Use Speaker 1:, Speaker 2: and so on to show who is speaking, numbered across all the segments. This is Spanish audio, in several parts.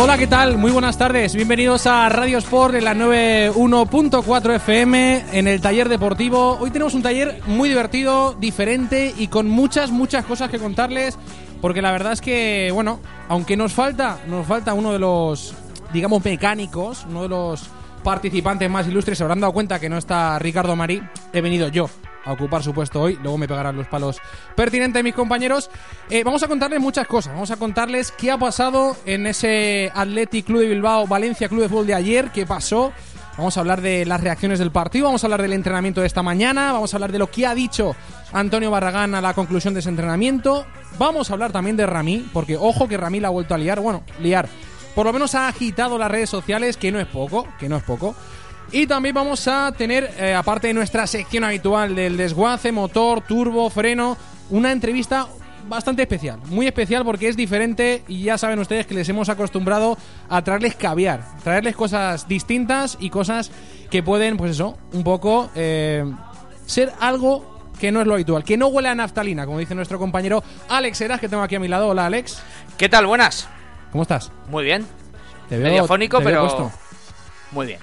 Speaker 1: Hola, ¿qué tal? Muy buenas tardes. Bienvenidos a Radio Sport en la 91.4 FM en el taller deportivo. Hoy tenemos un taller muy divertido, diferente y con muchas, muchas cosas que contarles. Porque la verdad es que, bueno, aunque nos falta, nos falta uno de los, digamos, mecánicos, uno de los participantes más ilustres, se habrán dado cuenta que no está Ricardo Marí, he venido yo a ocupar su puesto hoy. Luego me pegarán los palos pertinentes mis compañeros. Eh, vamos a contarles muchas cosas. Vamos a contarles qué ha pasado en ese Athletic Club de Bilbao, Valencia Club de Fútbol de ayer, qué pasó. Vamos a hablar de las reacciones del partido, vamos a hablar del entrenamiento de esta mañana, vamos a hablar de lo que ha dicho Antonio Barragán a la conclusión de ese entrenamiento. Vamos a hablar también de Ramí, porque ojo que Ramí la ha vuelto a liar, bueno, liar. Por lo menos ha agitado las redes sociales, que no es poco, que no es poco. Y también vamos a tener, eh, aparte de nuestra sección habitual del desguace, motor, turbo, freno, una entrevista bastante especial, muy especial porque es diferente y ya saben ustedes que les hemos acostumbrado a traerles caviar, traerles cosas distintas y cosas que pueden, pues eso, un poco eh, ser algo que no es lo habitual, que no huele a naftalina, como dice nuestro compañero Alex Heras, que tengo aquí a mi lado. Hola, Alex.
Speaker 2: ¿Qué tal? Buenas.
Speaker 1: ¿Cómo estás?
Speaker 2: Muy bien.
Speaker 1: Te veo,
Speaker 2: Mediafónico,
Speaker 1: te veo
Speaker 2: pero
Speaker 1: puesto.
Speaker 2: muy bien.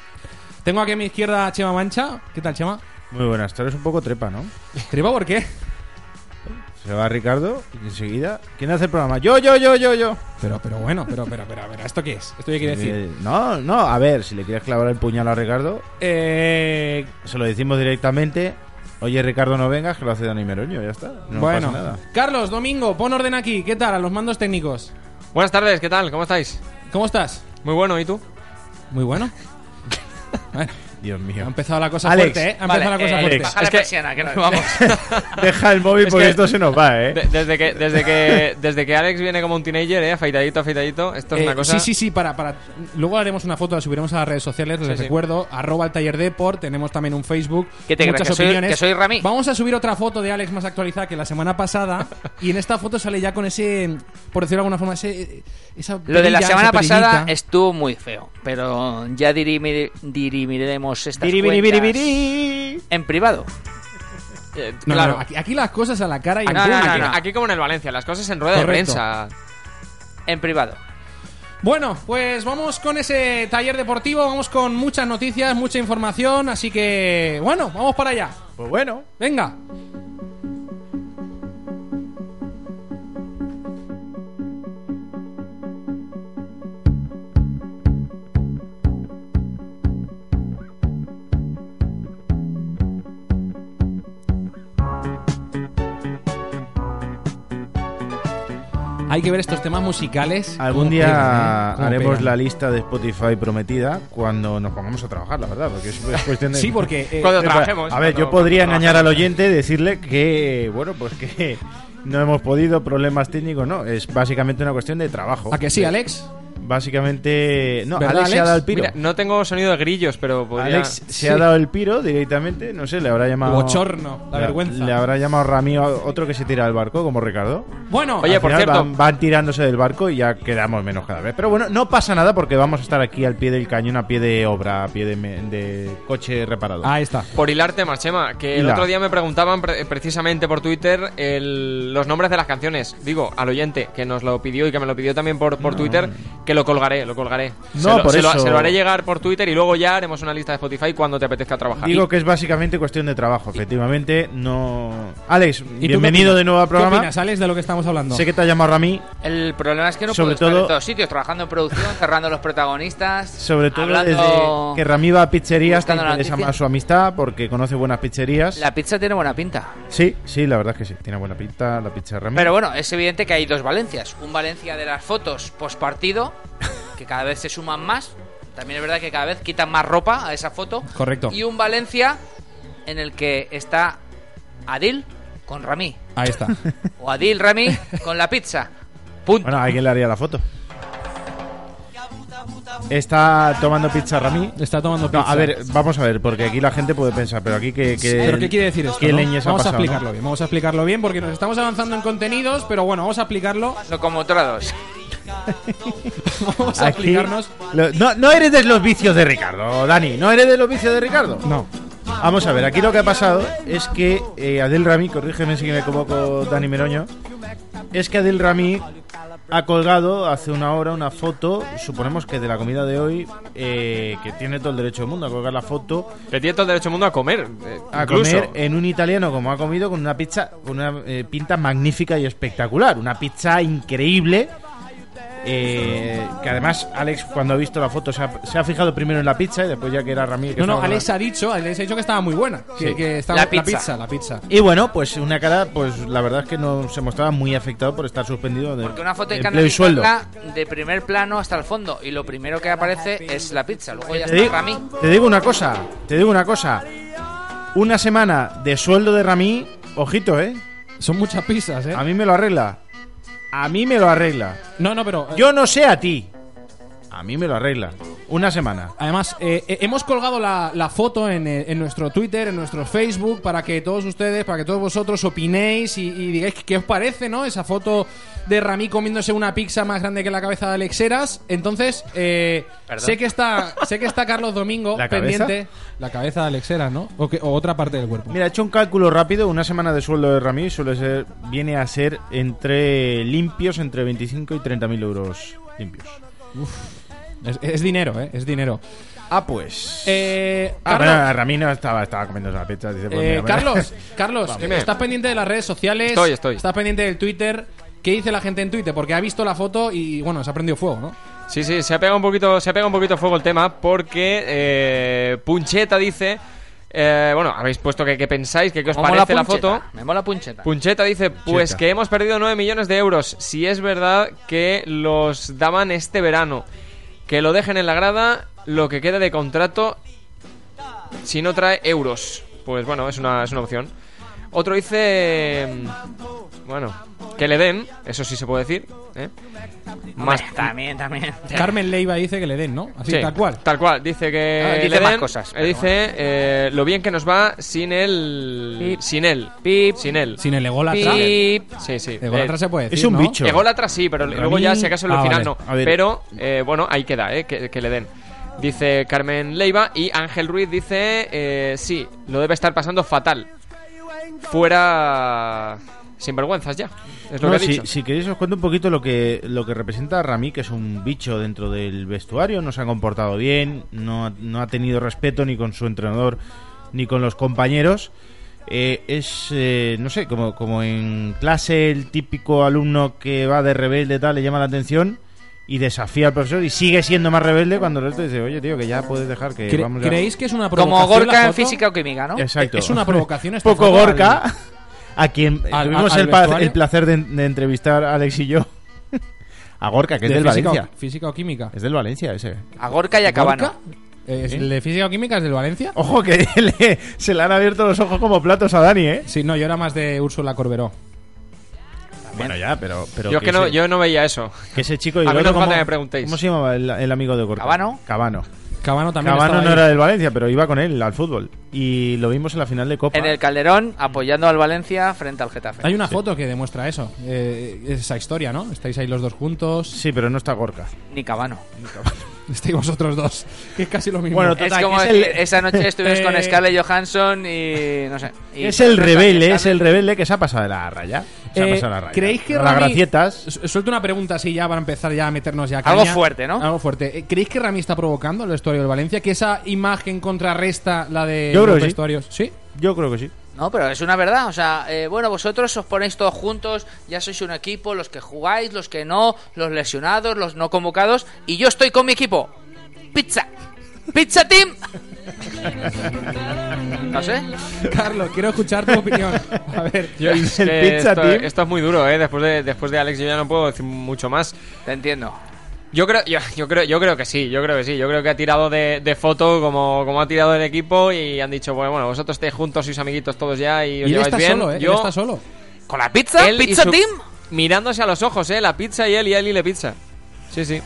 Speaker 1: Tengo aquí a mi izquierda a Chema Mancha. ¿Qué tal, Chema?
Speaker 3: Muy buenas, tú eres un poco trepa, ¿no?
Speaker 1: ¿Tripa por qué?
Speaker 3: Se va Ricardo y enseguida. ¿Quién hace el programa? Yo, yo, yo, yo, yo.
Speaker 1: Pero, pero bueno, pero, pero, pero, pero, ¿esto qué es? ¿Esto qué quiere decir?
Speaker 3: Eh, no, no, a ver, si le quieres clavar el puñal a Ricardo,
Speaker 1: Eh,
Speaker 3: se lo decimos directamente. Oye, Ricardo, no vengas, que lo hace Dani Meroño, ya está. No
Speaker 1: bueno,
Speaker 3: pasa nada.
Speaker 1: Carlos, Domingo, pon orden aquí. ¿Qué tal? A los mandos técnicos.
Speaker 4: Buenas tardes, ¿qué tal? ¿Cómo estáis?
Speaker 1: ¿Cómo estás?
Speaker 4: Muy bueno, ¿y tú?
Speaker 1: Muy bueno. Bueno,
Speaker 3: Dios
Speaker 1: ha
Speaker 3: mío.
Speaker 1: empezado la cosa
Speaker 3: Alex,
Speaker 1: fuerte, ¿eh? Ha
Speaker 2: vale,
Speaker 1: empezado la cosa
Speaker 2: eh,
Speaker 1: fuerte.
Speaker 2: Alex. Baja la persiana, que nos vamos.
Speaker 3: Deja el móvil
Speaker 4: Es
Speaker 3: porque
Speaker 4: que-
Speaker 3: esto se nos va, ¿eh?
Speaker 4: De- desde, que, desde, que, desde que Alex viene como un teenager, ¿eh? Afeitadito, afeitadito. Esto es
Speaker 1: Eh,
Speaker 4: una cosa...
Speaker 1: Sí, sí, sí, para, para. Luego haremos una foto, la subiremos a las redes sociales, les
Speaker 4: Sí, sí.
Speaker 1: recuerdo, arroba el taller deport, tenemos también un Facebook,
Speaker 2: ¿Qué te crees,
Speaker 1: muchas
Speaker 2: que soy-
Speaker 1: opiniones.
Speaker 2: que soy Rami?
Speaker 1: Vamos a subir otra foto de Alex más actualizada que la semana pasada, y en esta foto sale ya con ese, por decirlo de alguna forma, ese, esa
Speaker 2: Lo de
Speaker 1: perilla,
Speaker 2: la
Speaker 1: esa
Speaker 2: semana pasada
Speaker 1: perillita.
Speaker 2: estuvo muy feo, pero ya dirimi- dirimiremos estas
Speaker 3: Biri, biri,
Speaker 2: cuentas
Speaker 3: biri, biri.
Speaker 2: en privado.
Speaker 4: Eh,
Speaker 1: No,
Speaker 4: claro.
Speaker 1: no, aquí, aquí las cosas a la cara y
Speaker 4: Aquí,
Speaker 1: en
Speaker 2: no, no,
Speaker 1: público.
Speaker 4: aquí- aquí como en el Valencia, las cosas en rueda
Speaker 1: Correcto.
Speaker 4: de prensa.
Speaker 2: En privado.
Speaker 1: Bueno, pues vamos con ese taller deportivo, vamos con muchas noticias, mucha información, así que bueno, vamos para allá.
Speaker 3: Pues bueno.
Speaker 1: Venga. Hay que ver estos temas musicales.
Speaker 3: Algún
Speaker 1: cómo
Speaker 3: día
Speaker 1: pegan, ¿eh? Cómo
Speaker 3: haremos
Speaker 1: pegan.
Speaker 3: la lista de Spotify prometida cuando nos pongamos a trabajar, la verdad, porque es, es cuestión de...
Speaker 1: Sí, porque eh,
Speaker 4: Cuando
Speaker 3: Pero,
Speaker 4: trabajemos.
Speaker 3: pues, A ver,
Speaker 4: cuando-
Speaker 3: yo podría
Speaker 4: cuando
Speaker 3: engañar al
Speaker 4: trabajemos.
Speaker 3: oyente y decirle que, bueno, pues que no hemos podido, problemas técnicos, no. Es básicamente una cuestión de trabajo. Eh,
Speaker 1: ¿A que sí, Alex?
Speaker 3: Básicamente. No, Alex,
Speaker 1: ¿Verdad,
Speaker 3: se ha
Speaker 1: Alex?
Speaker 3: dado el piro.
Speaker 4: Mira, no tengo sonido de grillos, pero podría...
Speaker 3: Alex se ha dado el piro directamente, no sé, le habrá llamado.
Speaker 1: Bochorno, la
Speaker 3: le-
Speaker 1: vergüenza.
Speaker 3: Le habrá llamado Ramiro, a otro que se tira del barco, como Ricardo.
Speaker 1: Bueno,
Speaker 4: Oye,
Speaker 3: Al
Speaker 4: por
Speaker 3: final
Speaker 4: cierto-
Speaker 3: Van, van tirándose del barco y ya quedamos menos cada vez. Pero bueno, no pasa nada porque vamos a estar aquí al pie del cañón, a pie de obra, a pie de, me- de coche reparado.
Speaker 1: ah, ahí está.
Speaker 4: Por hilarte más, Chema, que el
Speaker 3: Hila.
Speaker 4: otro día me preguntaban pre- precisamente por Twitter el- los nombres de las canciones. Digo, al oyente que nos lo pidió y que me lo pidió también por, por Twitter, que lo colgaré, lo colgaré.
Speaker 3: Ah. No,
Speaker 4: se, lo,
Speaker 3: por
Speaker 4: se lo-
Speaker 3: eso-
Speaker 4: se lo haré llegar por Twitter y luego ya haremos una lista de Spotify cuando te apetezca trabajar.
Speaker 3: Digo que es básicamente cuestión de trabajo, efectivamente. No. Alex,
Speaker 1: ¿Y tú
Speaker 3: bienvenido
Speaker 1: qué opinas?
Speaker 3: de nuevo al
Speaker 1: ¿Qué
Speaker 3: programa.
Speaker 1: opinas, Alex, de lo que estamos hablando?
Speaker 3: Sé que te ha llamado Rami.
Speaker 2: El problema es que no puedo
Speaker 3: Sobre
Speaker 2: estar
Speaker 3: todo-
Speaker 2: en todos sitios, trabajando en producción, cerrando los protagonistas,
Speaker 3: Sobre todo
Speaker 2: hablando...
Speaker 3: desde que Rami va a pizzerías, te
Speaker 2: Buscando la
Speaker 3: interesa
Speaker 2: noticia.
Speaker 3: más su amistad porque conoce buenas pizzerías.
Speaker 2: La pizza tiene buena pinta.
Speaker 3: Sí, sí, la verdad es que sí. Tiene buena pinta la pizza de Rami.
Speaker 2: Pero bueno, es evidente que hay dos Valencias. Un Valencia de las fotos post partido, que cada vez se suman más. También es verdad que cada vez quitan más ropa a esa foto.
Speaker 1: Correcto.
Speaker 2: Y un Valencia en el que está Adil con Rami.
Speaker 1: Ahí está.
Speaker 2: O Adil Rami con la pizza. Punto.
Speaker 3: Bueno, ¿a alguien le haría la foto. Está tomando pizza Rami.
Speaker 1: Está tomando
Speaker 3: No,
Speaker 1: pizza.
Speaker 3: a ver, vamos a ver, porque aquí la gente puede pensar, pero aquí que. que
Speaker 1: ¿Pero qué quiere decir esto?
Speaker 3: ¿Qué
Speaker 1: no?
Speaker 3: leñes ha
Speaker 1: vamos
Speaker 3: pasado,
Speaker 1: a explicarlo
Speaker 3: no?
Speaker 1: bien, vamos a explicarlo bien porque nos estamos avanzando en contenidos, pero bueno, vamos a aplicarlo.
Speaker 2: No como todos.
Speaker 1: Vamos a
Speaker 3: Aquí-
Speaker 1: aplicarnos.
Speaker 3: lo- no, no heredes los vicios de Ricardo, Dani. No eres de los vicios de Ricardo.
Speaker 1: No.
Speaker 3: Vamos a ver, aquí lo que ha pasado es que eh, Adel Rami, corrígeme si me equivoco, Dani Meroño, es que Adel Rami ha colgado hace una hora una foto, suponemos que de la comida de hoy, eh, que tiene todo el derecho del mundo a colgar la foto,
Speaker 4: Que tiene todo el derecho del mundo a comer. eh,
Speaker 3: a
Speaker 4: incluso.
Speaker 3: comer en un italiano como ha comido con una pizza, con una eh, pinta magnífica y espectacular, una pizza increíble. eh, que además Alex cuando ha visto la foto se ha, se ha fijado primero en la pizza y después ya que era Ramírez que
Speaker 1: No, no,
Speaker 3: estaba-
Speaker 1: Alex ha dicho, Alex ha dicho que estaba muy buena. Que,
Speaker 3: Sí.
Speaker 1: que estaba,
Speaker 2: La pizza.
Speaker 1: la pizza.
Speaker 3: Y bueno, pues una cara, pues la verdad es que no se mostraba muy afectado por estar suspendido de
Speaker 2: Porque una foto hay que
Speaker 3: empleo Eh, y sueldo.
Speaker 2: analizarla de primer plano hasta el fondo. Y lo primero que aparece es la pizza. Luego ya
Speaker 3: Te
Speaker 2: está
Speaker 3: digo,
Speaker 2: Rami.
Speaker 3: te digo una cosa, te digo una cosa. Una semana de sueldo de Rami, ojito, ¿eh?
Speaker 1: Son muchas pizzas, ¿eh?
Speaker 3: A mí me lo arregla. A mí me lo arregla.
Speaker 1: No, no, pero. eh,
Speaker 3: Yo no sé a ti. A mí me lo arregla. Una semana.
Speaker 1: Además, eh, eh, hemos colgado la, la foto en, eh, en nuestro Twitter, en nuestro Facebook, para que todos ustedes, para que todos vosotros opinéis y, y digáis qué os parece, ¿no? Esa foto de Rami comiéndose una pizza más grande que la cabeza de Alex Heras. Entonces, eh,
Speaker 2: Perdón.
Speaker 1: sé que está sé que está Carlos Domingo
Speaker 3: ¿La cabeza?
Speaker 1: pendiente. La cabeza de Alex Heras, ¿no? O, que- o otra parte del cuerpo.
Speaker 3: Mira, he hecho un cálculo rápido. Una semana de sueldo de Rami suele ser, viene a ser entre limpios, entre 25 y 30 mil euros limpios.
Speaker 1: Es, es dinero, ¿eh? Es dinero.
Speaker 3: Ah, pues.
Speaker 1: Eh,
Speaker 3: Ah,
Speaker 1: Carlos,
Speaker 3: bueno, Rami no estaba, estaba comiendo la pizza. Dice, pues,
Speaker 1: Eh,
Speaker 3: mira, mira.
Speaker 1: Carlos, Carlos,
Speaker 4: Dime.
Speaker 1: estás pendiente de las redes sociales.
Speaker 4: Estoy, estoy.
Speaker 1: Estás pendiente del Twitter. ¿Qué dice la gente en Twitter? Porque ha visto la foto y bueno, se ha prendido fuego, ¿no?
Speaker 4: Sí, sí, se ha pegado un poquito, se ha pegado un poquito fuego el tema porque eh, Puncheta dice, eh, bueno, habéis puesto que, que pensáis, que qué os
Speaker 2: Me mola
Speaker 4: parece la
Speaker 2: puncheta,
Speaker 4: foto.
Speaker 2: Me mola puncheta.
Speaker 4: Puncheta dice, pues
Speaker 3: Puncheta.
Speaker 4: que hemos perdido 9 millones de euros, si es verdad que los daban este verano. Que lo dejen en la grada, lo que queda de contrato, si no trae euros. Pues bueno, es una, es una opción. Otro dice, mm, bueno, que le den, eso sí se puede decir. ¿eh?
Speaker 2: Hombre,
Speaker 4: Más,
Speaker 2: también, también.
Speaker 1: Carmen Leiva dice que le den, ¿no? Así
Speaker 4: Sí,
Speaker 1: tal cual.
Speaker 4: Tal cual. Dice que.
Speaker 2: Ah, dice
Speaker 4: le den-
Speaker 2: más cosas,
Speaker 4: eh,
Speaker 2: pero
Speaker 4: dice eh, lo bien que nos va sin él.
Speaker 2: Pip.
Speaker 4: Sin él.
Speaker 2: Pip.
Speaker 4: Sin él.
Speaker 1: Sin el ególatra.
Speaker 2: Pip.
Speaker 4: Sí, sí.
Speaker 1: El ególatra
Speaker 4: Eh,
Speaker 1: se puede
Speaker 3: es
Speaker 1: decir.
Speaker 3: un
Speaker 1: ¿no?
Speaker 3: bicho.
Speaker 4: ególatra sí, pero
Speaker 3: Para
Speaker 4: luego
Speaker 3: mí-
Speaker 4: ya si acaso en el
Speaker 1: Ah,
Speaker 4: final
Speaker 1: vale.
Speaker 4: no.
Speaker 3: A ver.
Speaker 4: Pero eh, bueno, ahí queda, eh, que, que le den. Dice Carmen Leiva y Ángel Ruiz dice: eh, Sí, lo debe estar pasando fatal. Fuera. Sin vergüenzas ya. Es lo
Speaker 3: No,
Speaker 4: que he
Speaker 3: si,
Speaker 4: dicho.
Speaker 3: si queréis os cuento un poquito lo que lo que representa a Rami, que es un bicho dentro del vestuario, no se ha comportado bien, no, no ha tenido respeto ni con su entrenador ni con los compañeros. Eh, es, eh, no sé, como, como en clase el típico alumno que va de rebelde tal, le llama la atención y desafía al profesor y sigue siendo más rebelde cuando el resto dice, oye tío, que ya puedes dejar que
Speaker 1: Cre-
Speaker 3: eh, vamos ya".
Speaker 1: ¿Creéis que es una provocación?
Speaker 2: Como
Speaker 1: la
Speaker 2: Gorka en
Speaker 1: foto?
Speaker 2: física o química, ¿no?
Speaker 3: Exacto.
Speaker 1: Es una provocación esta
Speaker 3: poco
Speaker 1: foto al-
Speaker 3: Gorka, a quien
Speaker 1: al-
Speaker 3: tuvimos
Speaker 1: al
Speaker 3: el, pa-
Speaker 1: vestuario.
Speaker 3: el placer de, de entrevistar Alex y yo. a Gorka, que es
Speaker 1: de
Speaker 3: del
Speaker 1: física o-
Speaker 3: Valencia.
Speaker 1: Física o química.
Speaker 3: Es del Valencia ese.
Speaker 2: A Gorka y a Cabana.
Speaker 1: ¿Gorka? Eh, ¿Es ¿El de física o química es del Valencia?
Speaker 3: Ojo que le- se le han abierto los ojos como platos a Dani, ¿eh?
Speaker 1: Sí, no, yo era más de Úrsula Corberó.
Speaker 3: Bueno, ya, pero... pero
Speaker 4: Yo es que no,
Speaker 3: ese,
Speaker 4: yo no veía eso.
Speaker 3: que ese chico... y
Speaker 4: a
Speaker 3: el
Speaker 4: mí no
Speaker 3: otro,
Speaker 4: hace falta
Speaker 3: ¿cómo-
Speaker 4: que me preguntéis.
Speaker 3: ¿Cómo se llamaba el, el amigo de Gorka?
Speaker 2: ¿Cabano?
Speaker 3: Cabano.
Speaker 1: Cabano también
Speaker 3: Cabano
Speaker 1: estaba
Speaker 3: no
Speaker 1: ahí.
Speaker 3: era del Valencia, pero iba con él al fútbol. Y lo vimos en la final de Copa.
Speaker 2: En el Calderón, apoyando al Valencia frente al Getafe.
Speaker 1: Hay una foto que demuestra eso, eh, esa historia, ¿no? Estáis ahí los dos juntos.
Speaker 3: Sí, pero no está Gorka.
Speaker 2: Ni Cabano.
Speaker 1: Estáis vosotros dos, que es casi lo mismo.
Speaker 3: Bueno,
Speaker 2: Es
Speaker 3: Total,
Speaker 2: como
Speaker 3: que es el-
Speaker 2: decir, esa noche estuvimos
Speaker 1: Eh.
Speaker 2: con Scarlett Johansson y no sé. y-
Speaker 3: es el rebelde, es el rebelde que se ha pasado de la raya. Se ha
Speaker 1: Eh,
Speaker 3: pasado la raya.
Speaker 1: ¿Creéis que
Speaker 3: A las
Speaker 1: Rami-
Speaker 3: gracietas.
Speaker 1: Su- Suelto una pregunta así ya para empezar ya a meternos ya
Speaker 2: Algo
Speaker 1: caña.
Speaker 2: fuerte, ¿no?
Speaker 1: Algo fuerte. Eh, ¿Creéis que Rami está provocando el vestuario del Valencia? ¿Que esa imagen contrarresta la de
Speaker 3: Yo creo
Speaker 1: los
Speaker 3: que sí.
Speaker 1: vestuarios? ¿Sí?
Speaker 3: Yo creo que sí.
Speaker 2: No, pero es una verdad. O sea, eh, bueno, vosotros os ponéis todos juntos, ya sois un equipo, los que jugáis, los que no, los lesionados, los no convocados, y yo estoy con mi equipo. Pizza. Pizza Team. No sé.
Speaker 1: Carlos, quiero escuchar tu opinión. A ver.
Speaker 4: Yo- es
Speaker 3: El
Speaker 4: que
Speaker 3: pizza
Speaker 4: esto,
Speaker 3: team.
Speaker 4: esto es muy duro, ¿eh? Después de, después de Alex yo ya no puedo decir mucho más.
Speaker 2: Te entiendo.
Speaker 4: Yo creo, yo, yo creo, yo creo que sí, yo creo que sí. Yo creo que ha tirado de, de foto como, como ha tirado el equipo y han dicho, "Pues, bueno, bueno, vosotros estáis juntos, sois amiguitos todos ya y os
Speaker 1: Y él
Speaker 4: lleváis
Speaker 1: está
Speaker 4: bien.
Speaker 1: solo, ¿eh?
Speaker 4: Yo-
Speaker 1: Él está solo.
Speaker 2: ¿Con la pizza?
Speaker 4: él y
Speaker 2: ¿Pizza
Speaker 4: su-
Speaker 2: Team?
Speaker 4: Mirándose a los ojos, ¿eh? La pizza y él y él y la pizza. Sí, sí.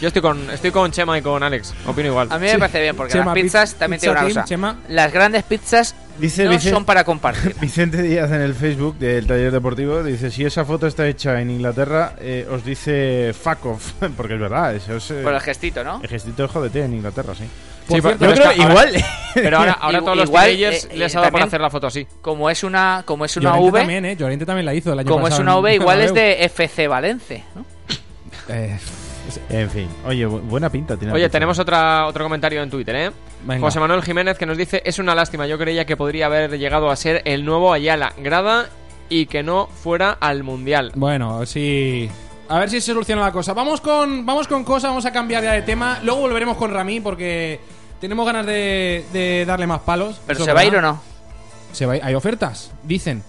Speaker 4: Yo estoy con, estoy con Chema y con Alex, opino igual.
Speaker 2: A mí me
Speaker 1: Sí.
Speaker 2: parece bien, porque
Speaker 1: Chema,
Speaker 2: las pizzas
Speaker 1: pizza-
Speaker 2: también
Speaker 1: pizza
Speaker 2: tienen una
Speaker 1: team,
Speaker 2: cosa.
Speaker 1: Chema.
Speaker 2: Las grandes pizzas
Speaker 3: Dice
Speaker 2: no
Speaker 3: Vicente-
Speaker 2: son para compartir.
Speaker 3: Vicente Díaz en el Facebook del taller deportivo dice: Si esa foto está hecha en Inglaterra, eh, os dice fuck off. Porque es verdad, eso es. eh,
Speaker 2: Por el gestito, ¿no?
Speaker 3: el gestito de jódete en Inglaterra, sí.
Speaker 4: Sí,
Speaker 1: Por
Speaker 4: pa-
Speaker 1: cierto,
Speaker 4: pero es que ahora- Pero ahora, ahora
Speaker 2: Igual-
Speaker 4: todos los
Speaker 2: igual,
Speaker 4: teenagers
Speaker 2: eh, eh,
Speaker 4: les ha dado para
Speaker 2: también-
Speaker 4: hacer la foto así.
Speaker 2: Como es una, como es una
Speaker 1: Llorente
Speaker 2: V,
Speaker 1: también, ¿eh? Llorente también la hizo el año
Speaker 2: como es
Speaker 1: pasado.
Speaker 2: una V,
Speaker 1: en
Speaker 2: igual es
Speaker 1: Bernabéu.
Speaker 2: de FC Valence, ¿no?
Speaker 1: Eh,
Speaker 3: En fin, oye, bu- buena pinta tiene. la
Speaker 4: Oye,
Speaker 3: pizza.
Speaker 4: tenemos otra, otro comentario en Twitter, ¿eh?
Speaker 1: pues, Venga.
Speaker 4: José Manuel Jiménez que nos dice, es una lástima, yo creía que podría haber llegado a ser el nuevo Ayala Grada y que no fuera al Mundial.
Speaker 1: Bueno, sí. A ver si se soluciona la cosa. Vamos con, vamos con cosas, vamos a cambiar ya de tema. Luego volveremos con Rami porque tenemos ganas de, de darle más palos.
Speaker 2: Pero
Speaker 1: Eso
Speaker 2: se
Speaker 1: es
Speaker 2: va a ir
Speaker 1: verdad.
Speaker 2: o no.
Speaker 1: Se va a ir. Hay ofertas, dicen.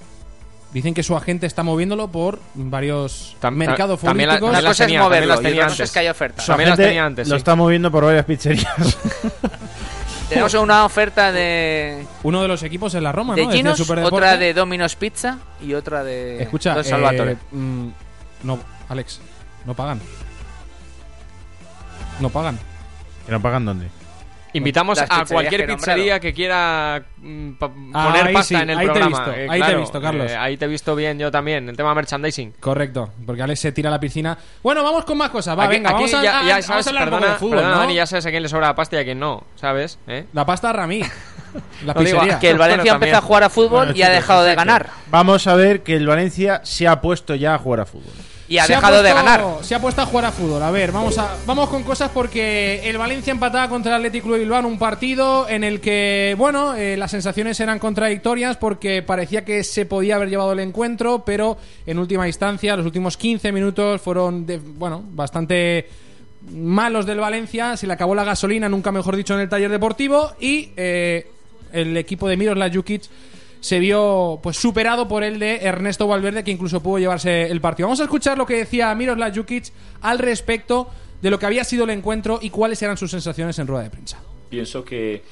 Speaker 1: Dicen que su agente está moviéndolo por varios
Speaker 4: Tam-
Speaker 1: mercados
Speaker 4: tam- también la-
Speaker 1: futbolísticos.
Speaker 2: Una
Speaker 4: las
Speaker 2: cosa es
Speaker 4: tenía, también
Speaker 2: moverlo
Speaker 4: las
Speaker 2: y otra
Speaker 4: tenía
Speaker 2: cosa es
Speaker 4: antes.
Speaker 2: que hay ofertas.
Speaker 3: Su
Speaker 4: también las
Speaker 3: agente
Speaker 4: tenía antes,
Speaker 3: Lo
Speaker 4: sí.
Speaker 3: está moviendo por varias pizzerías.
Speaker 2: Tenemos una oferta de,
Speaker 1: Uno de los equipos en la Roma,
Speaker 2: de
Speaker 1: ¿no? Desde
Speaker 2: Ginos,
Speaker 1: Superdeporte.
Speaker 2: otra de Domino's Pizza y otra de
Speaker 1: Escucha,
Speaker 2: Don Salvatore.
Speaker 1: eh, mm, no, Alex, no pagan. No pagan.
Speaker 3: ¿Que no pagan dónde?
Speaker 4: Invitamos
Speaker 2: Las
Speaker 4: a
Speaker 2: pizzerías
Speaker 4: cualquier
Speaker 2: que he
Speaker 4: pizzería que quiera mm, pa-
Speaker 1: Ah,
Speaker 4: poner
Speaker 1: ahí
Speaker 4: pasta
Speaker 1: sí,
Speaker 4: en el
Speaker 1: ahí te he
Speaker 4: programa.
Speaker 1: visto,
Speaker 4: Eh,
Speaker 1: ahí te he
Speaker 4: claro,
Speaker 1: visto, Carlos.
Speaker 4: eh, ahí te he visto bien yo también, el tema merchandising.
Speaker 1: Correcto, porque Alex se tira a la piscina. Bueno, vamos con más cosas. Va,
Speaker 4: Aquí-
Speaker 1: venga,
Speaker 4: aquí
Speaker 1: vamos, a,
Speaker 4: ya,
Speaker 1: a-
Speaker 4: ya
Speaker 1: vamos a
Speaker 4: sabes,
Speaker 1: hablar un poco
Speaker 4: perdona,
Speaker 1: de fútbol,
Speaker 4: perdona,
Speaker 1: ¿no?
Speaker 4: Dani, ya sabes a quién le sobra la pasta y a quién no, ¿sabes? ¿Eh?
Speaker 1: La pasta a Rami. La
Speaker 4: Lo digo,
Speaker 1: pizzería.
Speaker 2: que el Valencia
Speaker 4: Bueno,
Speaker 2: empieza a
Speaker 4: también.
Speaker 2: jugar a fútbol
Speaker 3: Bueno,
Speaker 2: y ha
Speaker 3: chicos,
Speaker 2: dejado de
Speaker 3: perfecto.
Speaker 2: ganar.
Speaker 3: Vamos a ver que el Valencia se ha puesto ya a jugar a fútbol.
Speaker 2: Y ha
Speaker 1: Se
Speaker 2: dejado de
Speaker 1: puesto-
Speaker 2: ganar.
Speaker 1: Se ha puesto a jugar a fútbol. A ver, vamos, a, vamos con cosas porque el Valencia empataba contra el Athletic Club de Bilbao en un partido en el que, bueno, eh, las sensaciones eran contradictorias porque parecía que se podía haber llevado el encuentro, pero en última instancia, los últimos 15 minutos fueron, de- bueno, bastante malos del Valencia. Se le acabó la gasolina, nunca mejor dicho, en el taller deportivo y eh, el equipo de Miroslav Jukic se vio pues superado por el de Ernesto Valverde, que incluso pudo llevarse el partido. Vamos a escuchar lo que decía Miroslav Jukic al respecto de lo que había sido el encuentro y cuáles eran sus sensaciones en rueda de prensa.
Speaker 5: Pienso que,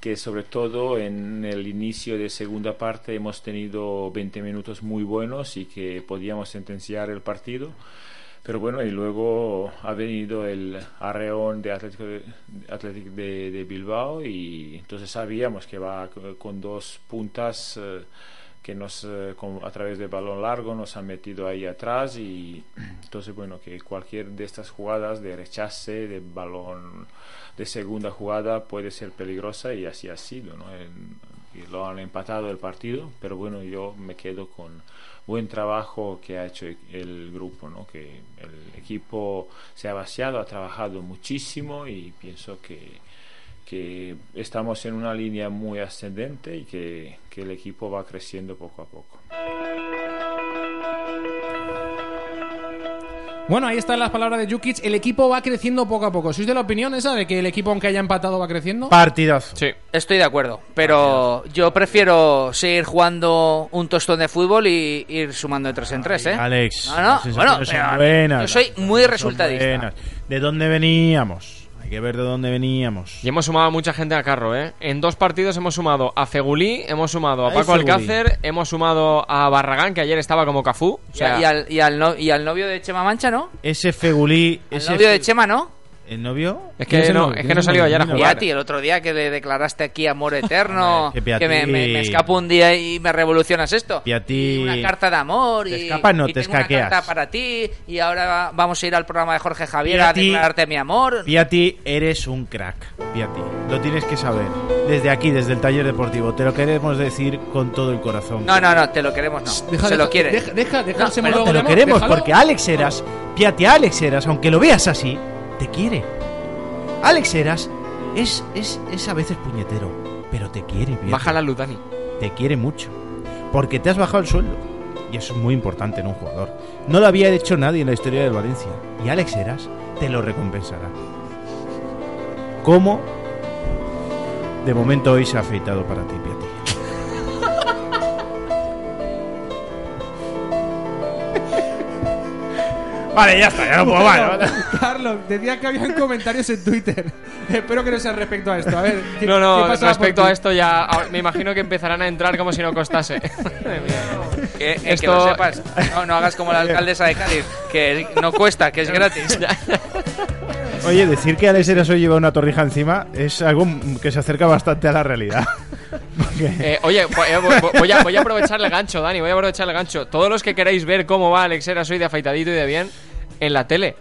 Speaker 5: que sobre todo en el inicio de segunda parte hemos tenido 20 minutos muy buenos y que podíamos sentenciar el partido. Pero bueno, y luego ha venido el arreón de Atlético de, Athletic de- de Bilbao y entonces sabíamos que va co- con dos puntas eh, que nos, eh, con- a través del balón largo nos han metido ahí atrás y entonces bueno, que cualquier de estas jugadas de rechace, de balón de segunda jugada puede ser peligrosa y así ha sido, ¿no? En- y lo han empatado el partido, pero bueno, yo me quedo con buen trabajo que ha hecho el grupo, ¿no? que el equipo se ha vaciado, ha trabajado muchísimo y pienso que, que estamos en una línea muy ascendente y que, que el equipo va creciendo poco a poco.
Speaker 1: Bueno, ahí están las palabras de Jukic. El equipo va creciendo poco a poco. ¿Sois de la opinión esa de que el equipo, aunque haya empatado, va creciendo?
Speaker 3: Partidazo.
Speaker 4: Sí.
Speaker 2: Estoy de acuerdo, pero yo prefiero seguir jugando un tostón de fútbol y ir sumando de tres en tres, ¿eh?
Speaker 3: Alex,
Speaker 2: No, no,
Speaker 3: las sensaciones
Speaker 2: bueno,
Speaker 3: son
Speaker 2: pero
Speaker 3: buenas,
Speaker 2: yo soy
Speaker 3: las
Speaker 2: muy
Speaker 3: sensaciones son
Speaker 2: resultadista.
Speaker 3: buenas. ¿De dónde veníamos? Hay que ver de dónde veníamos.
Speaker 4: Y hemos sumado a mucha gente a carro, ¿eh? En dos partidos hemos sumado a Fegulí, hemos sumado a
Speaker 3: Ay,
Speaker 4: Paco
Speaker 3: Fegulí.
Speaker 4: Alcácer, hemos sumado a Barragán, que ayer estaba como Cafú. O
Speaker 2: Y, a-
Speaker 4: sea,
Speaker 2: y al, y al no- y al novio de Chema Mancha, ¿no?
Speaker 3: Ese Fegulí,
Speaker 2: Al
Speaker 3: ese
Speaker 2: novio de
Speaker 3: Fe-
Speaker 2: Chema, ¿no?
Speaker 3: ¿El novio?
Speaker 4: Es
Speaker 1: ¿Quién es
Speaker 4: que
Speaker 1: el
Speaker 4: no,
Speaker 1: novio?
Speaker 4: es
Speaker 1: ¿Quién
Speaker 4: que
Speaker 1: es
Speaker 4: no
Speaker 1: el
Speaker 4: salió
Speaker 1: novio?
Speaker 4: ayer a
Speaker 1: Mira,
Speaker 4: jugar.
Speaker 2: Piatti, el otro día que le declaraste aquí amor eterno,
Speaker 3: Hombre, es que
Speaker 2: que me, me-
Speaker 3: Piatti-
Speaker 2: me escapo un día y me revolucionas esto.
Speaker 3: Piatti-
Speaker 2: Y una carta de amor
Speaker 3: Te
Speaker 2: y,
Speaker 3: escapa, no,
Speaker 2: y
Speaker 3: te
Speaker 2: tengo una
Speaker 3: escaqueas.
Speaker 2: carta para ti y ahora va- vamos a ir al programa de Jorge Javier
Speaker 3: Piatti-
Speaker 2: a declararte mi amor.
Speaker 3: Piatti, eres un crack, Piatti. Lo tienes que saber. Desde aquí, desde el taller deportivo, te lo queremos decir con todo el corazón.
Speaker 2: No, no, no, te lo queremos, no.
Speaker 1: Deja,
Speaker 2: Se
Speaker 1: deja,
Speaker 2: lo quiere.
Speaker 1: Deja, deja, deja
Speaker 2: No,
Speaker 1: ese
Speaker 2: pero
Speaker 1: monólogo
Speaker 3: Te
Speaker 1: de
Speaker 3: lo
Speaker 1: amor,
Speaker 3: queremos
Speaker 1: déjalo.
Speaker 3: porque Alex Eras, Piatti, Alex Eras, aunque lo veas así, te quiere. Alex Eras es, es, es a veces puñetero, pero te quiere. Piatti.
Speaker 4: Baja la luz, Dani.
Speaker 3: te quiere mucho. Porque te has bajado el sueldo. Y eso es muy importante en un jugador. No lo había hecho nadie en la historia del Valencia. Y Alex Heras te lo recompensará. ¿Cómo? De momento hoy se ha afeitado para ti, Piatti. vale, ya está, ya no puedo más. ¿no?
Speaker 1: Carlos, decía que habían comentarios en Twitter. Espero que no sea respecto a esto. A ver, ¿qué-
Speaker 4: No,
Speaker 1: qué
Speaker 4: no,
Speaker 1: pasaba
Speaker 4: respecto
Speaker 1: por
Speaker 4: a
Speaker 1: ti?
Speaker 4: esto ya a- me imagino que empezarán a entrar como si no costase. Madre mía.
Speaker 2: Que, eh, que
Speaker 4: Esto-
Speaker 2: lo sepas. No, no hagas como la alcaldesa de Cádiz, que no cuesta, que es gratis.
Speaker 3: Oye, decir que Alex Heras hoy lleva una torrija encima es algo que se acerca bastante a la realidad. Porque-
Speaker 4: Eh, oye, vo- eh, vo- vo- voy a, voy a aprovechar el gancho, Dani, voy a aprovechar el gancho. Todos los que queráis ver cómo va Alex Heras hoy de afeitadito y de bien, en la tele,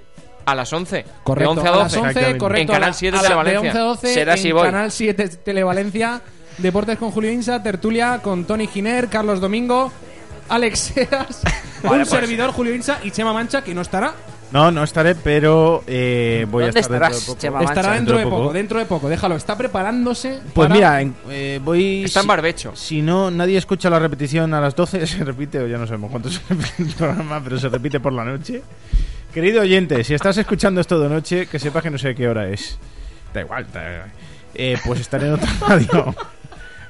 Speaker 4: a las 11.
Speaker 1: Correcto,
Speaker 4: De 11 a
Speaker 1: a las
Speaker 4: 12.
Speaker 1: 11,
Speaker 3: Exactamente.
Speaker 1: correcto.
Speaker 4: En
Speaker 1: a la-
Speaker 4: Canal 7
Speaker 1: a la-
Speaker 4: Televalencia.
Speaker 1: De 11 a 12
Speaker 2: Será
Speaker 1: en
Speaker 2: si voy.
Speaker 1: Canal 7 Televalencia, Deportes con Julio Insa, Tertulia con Tony Giner, Carlos Domingo, Alex Heras, un
Speaker 2: Vale, pues.
Speaker 1: servidor Julio Insa y Chema Mancha, que no estará.
Speaker 3: No, no estaré, pero eh, voy a
Speaker 2: ¿Dónde
Speaker 3: estar dentro de
Speaker 2: estarás,
Speaker 3: poco.
Speaker 2: Chema?
Speaker 1: estará
Speaker 2: Mancha.
Speaker 1: dentro,
Speaker 3: Dentro
Speaker 1: de poco,
Speaker 3: poco.
Speaker 1: dentro de poco. Déjalo, está preparándose.
Speaker 3: Pues
Speaker 1: para-
Speaker 3: mira, en- eh, voy.
Speaker 4: Está en
Speaker 3: si-
Speaker 4: barbecho.
Speaker 3: Si no, nadie escucha la repetición a las 12, se repite, o ya no sabemos cuánto se repite el programa, pero se repite por la noche. Querido oyente, si estás escuchando esto de noche, que sepas que no sé qué hora es. Da igual, da igual. Eh, pues estaré en otra radio.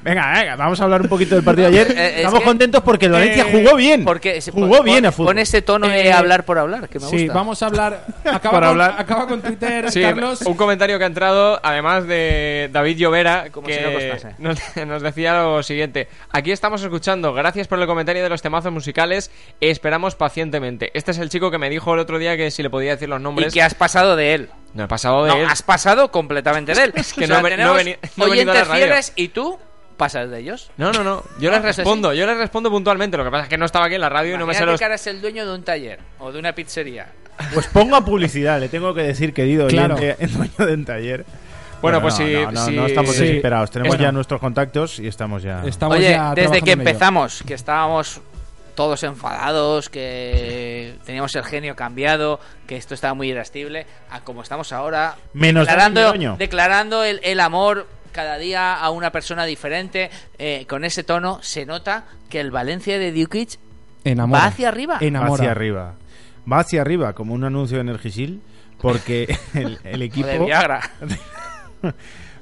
Speaker 3: Venga, venga, vamos a hablar un poquito del partido de ayer.
Speaker 2: Eh, es
Speaker 3: Estamos
Speaker 2: que-
Speaker 3: contentos porque el Valencia
Speaker 1: Eh,
Speaker 3: jugó bien.
Speaker 2: Porque
Speaker 3: jugó
Speaker 2: pon-
Speaker 3: bien
Speaker 2: pon-
Speaker 3: a fútbol.
Speaker 2: Con ese tono
Speaker 1: Eh,
Speaker 2: de hablar por hablar, que me
Speaker 1: Sí,
Speaker 2: gusta.
Speaker 1: vamos a hablar. Acaba,
Speaker 3: Para
Speaker 1: con,
Speaker 3: hablar.
Speaker 1: acaba con Twitter,
Speaker 4: Sí,
Speaker 1: Carlos.
Speaker 4: un comentario que ha entrado, además de David Llovera,
Speaker 2: Como si no
Speaker 4: que
Speaker 2: costase.
Speaker 4: nos, nos decía lo siguiente. Aquí estamos escuchando, gracias por el comentario de los temazos musicales, esperamos pacientemente. Este es el chico que me dijo el otro día que si le podía decir los
Speaker 2: Y
Speaker 4: nombres...
Speaker 2: que has pasado de él.
Speaker 4: No he pasado de
Speaker 2: No,
Speaker 4: él.
Speaker 2: has pasado completamente de él.
Speaker 4: que
Speaker 2: O
Speaker 4: no
Speaker 2: sea,
Speaker 4: he veni-
Speaker 2: tenemos
Speaker 4: no he veni- no he venido a la
Speaker 2: oyentes
Speaker 4: radio.
Speaker 2: fieles y tú pasas de ellos.
Speaker 4: No, no, no. Yo
Speaker 2: Ah, pues
Speaker 4: les
Speaker 2: así.
Speaker 4: respondo, yo les respondo puntualmente. Lo que pasa es que no estaba aquí en la radio y no me sé
Speaker 2: Imagínate
Speaker 4: los...
Speaker 2: que ahora es el dueño de un taller o de una pizzería.
Speaker 3: Pues pongo a publicidad, le tengo que decir, querido
Speaker 1: Claro.
Speaker 3: oyente, el dueño del taller.
Speaker 4: Bueno, pues
Speaker 3: no,
Speaker 4: sí,
Speaker 3: No, no,
Speaker 4: sí.
Speaker 3: no estamos
Speaker 1: Sí.
Speaker 3: desesperados. Tenemos
Speaker 1: Bueno.
Speaker 3: ya nuestros contactos y estamos ya.
Speaker 1: Estamos
Speaker 2: Oye,
Speaker 1: ya
Speaker 2: desde
Speaker 1: trabajando
Speaker 2: que
Speaker 1: en ello.
Speaker 2: empezamos, que estábamos todos enfadados, que teníamos el genio cambiado, que esto estaba muy irascible, a como estamos ahora,
Speaker 3: Menos Dani
Speaker 2: declarando,
Speaker 3: Loño.
Speaker 2: declarando el, el amor cada día a una persona diferente, eh, con ese tono, se nota que el Valencia de Dukic
Speaker 1: Enamora.
Speaker 2: va hacia arriba.
Speaker 3: Va
Speaker 1: Enamora.
Speaker 3: hacia arriba. Va hacia arriba, como un anuncio de Energisil, porque el, el
Speaker 2: o
Speaker 3: equipo.
Speaker 2: de Viagra.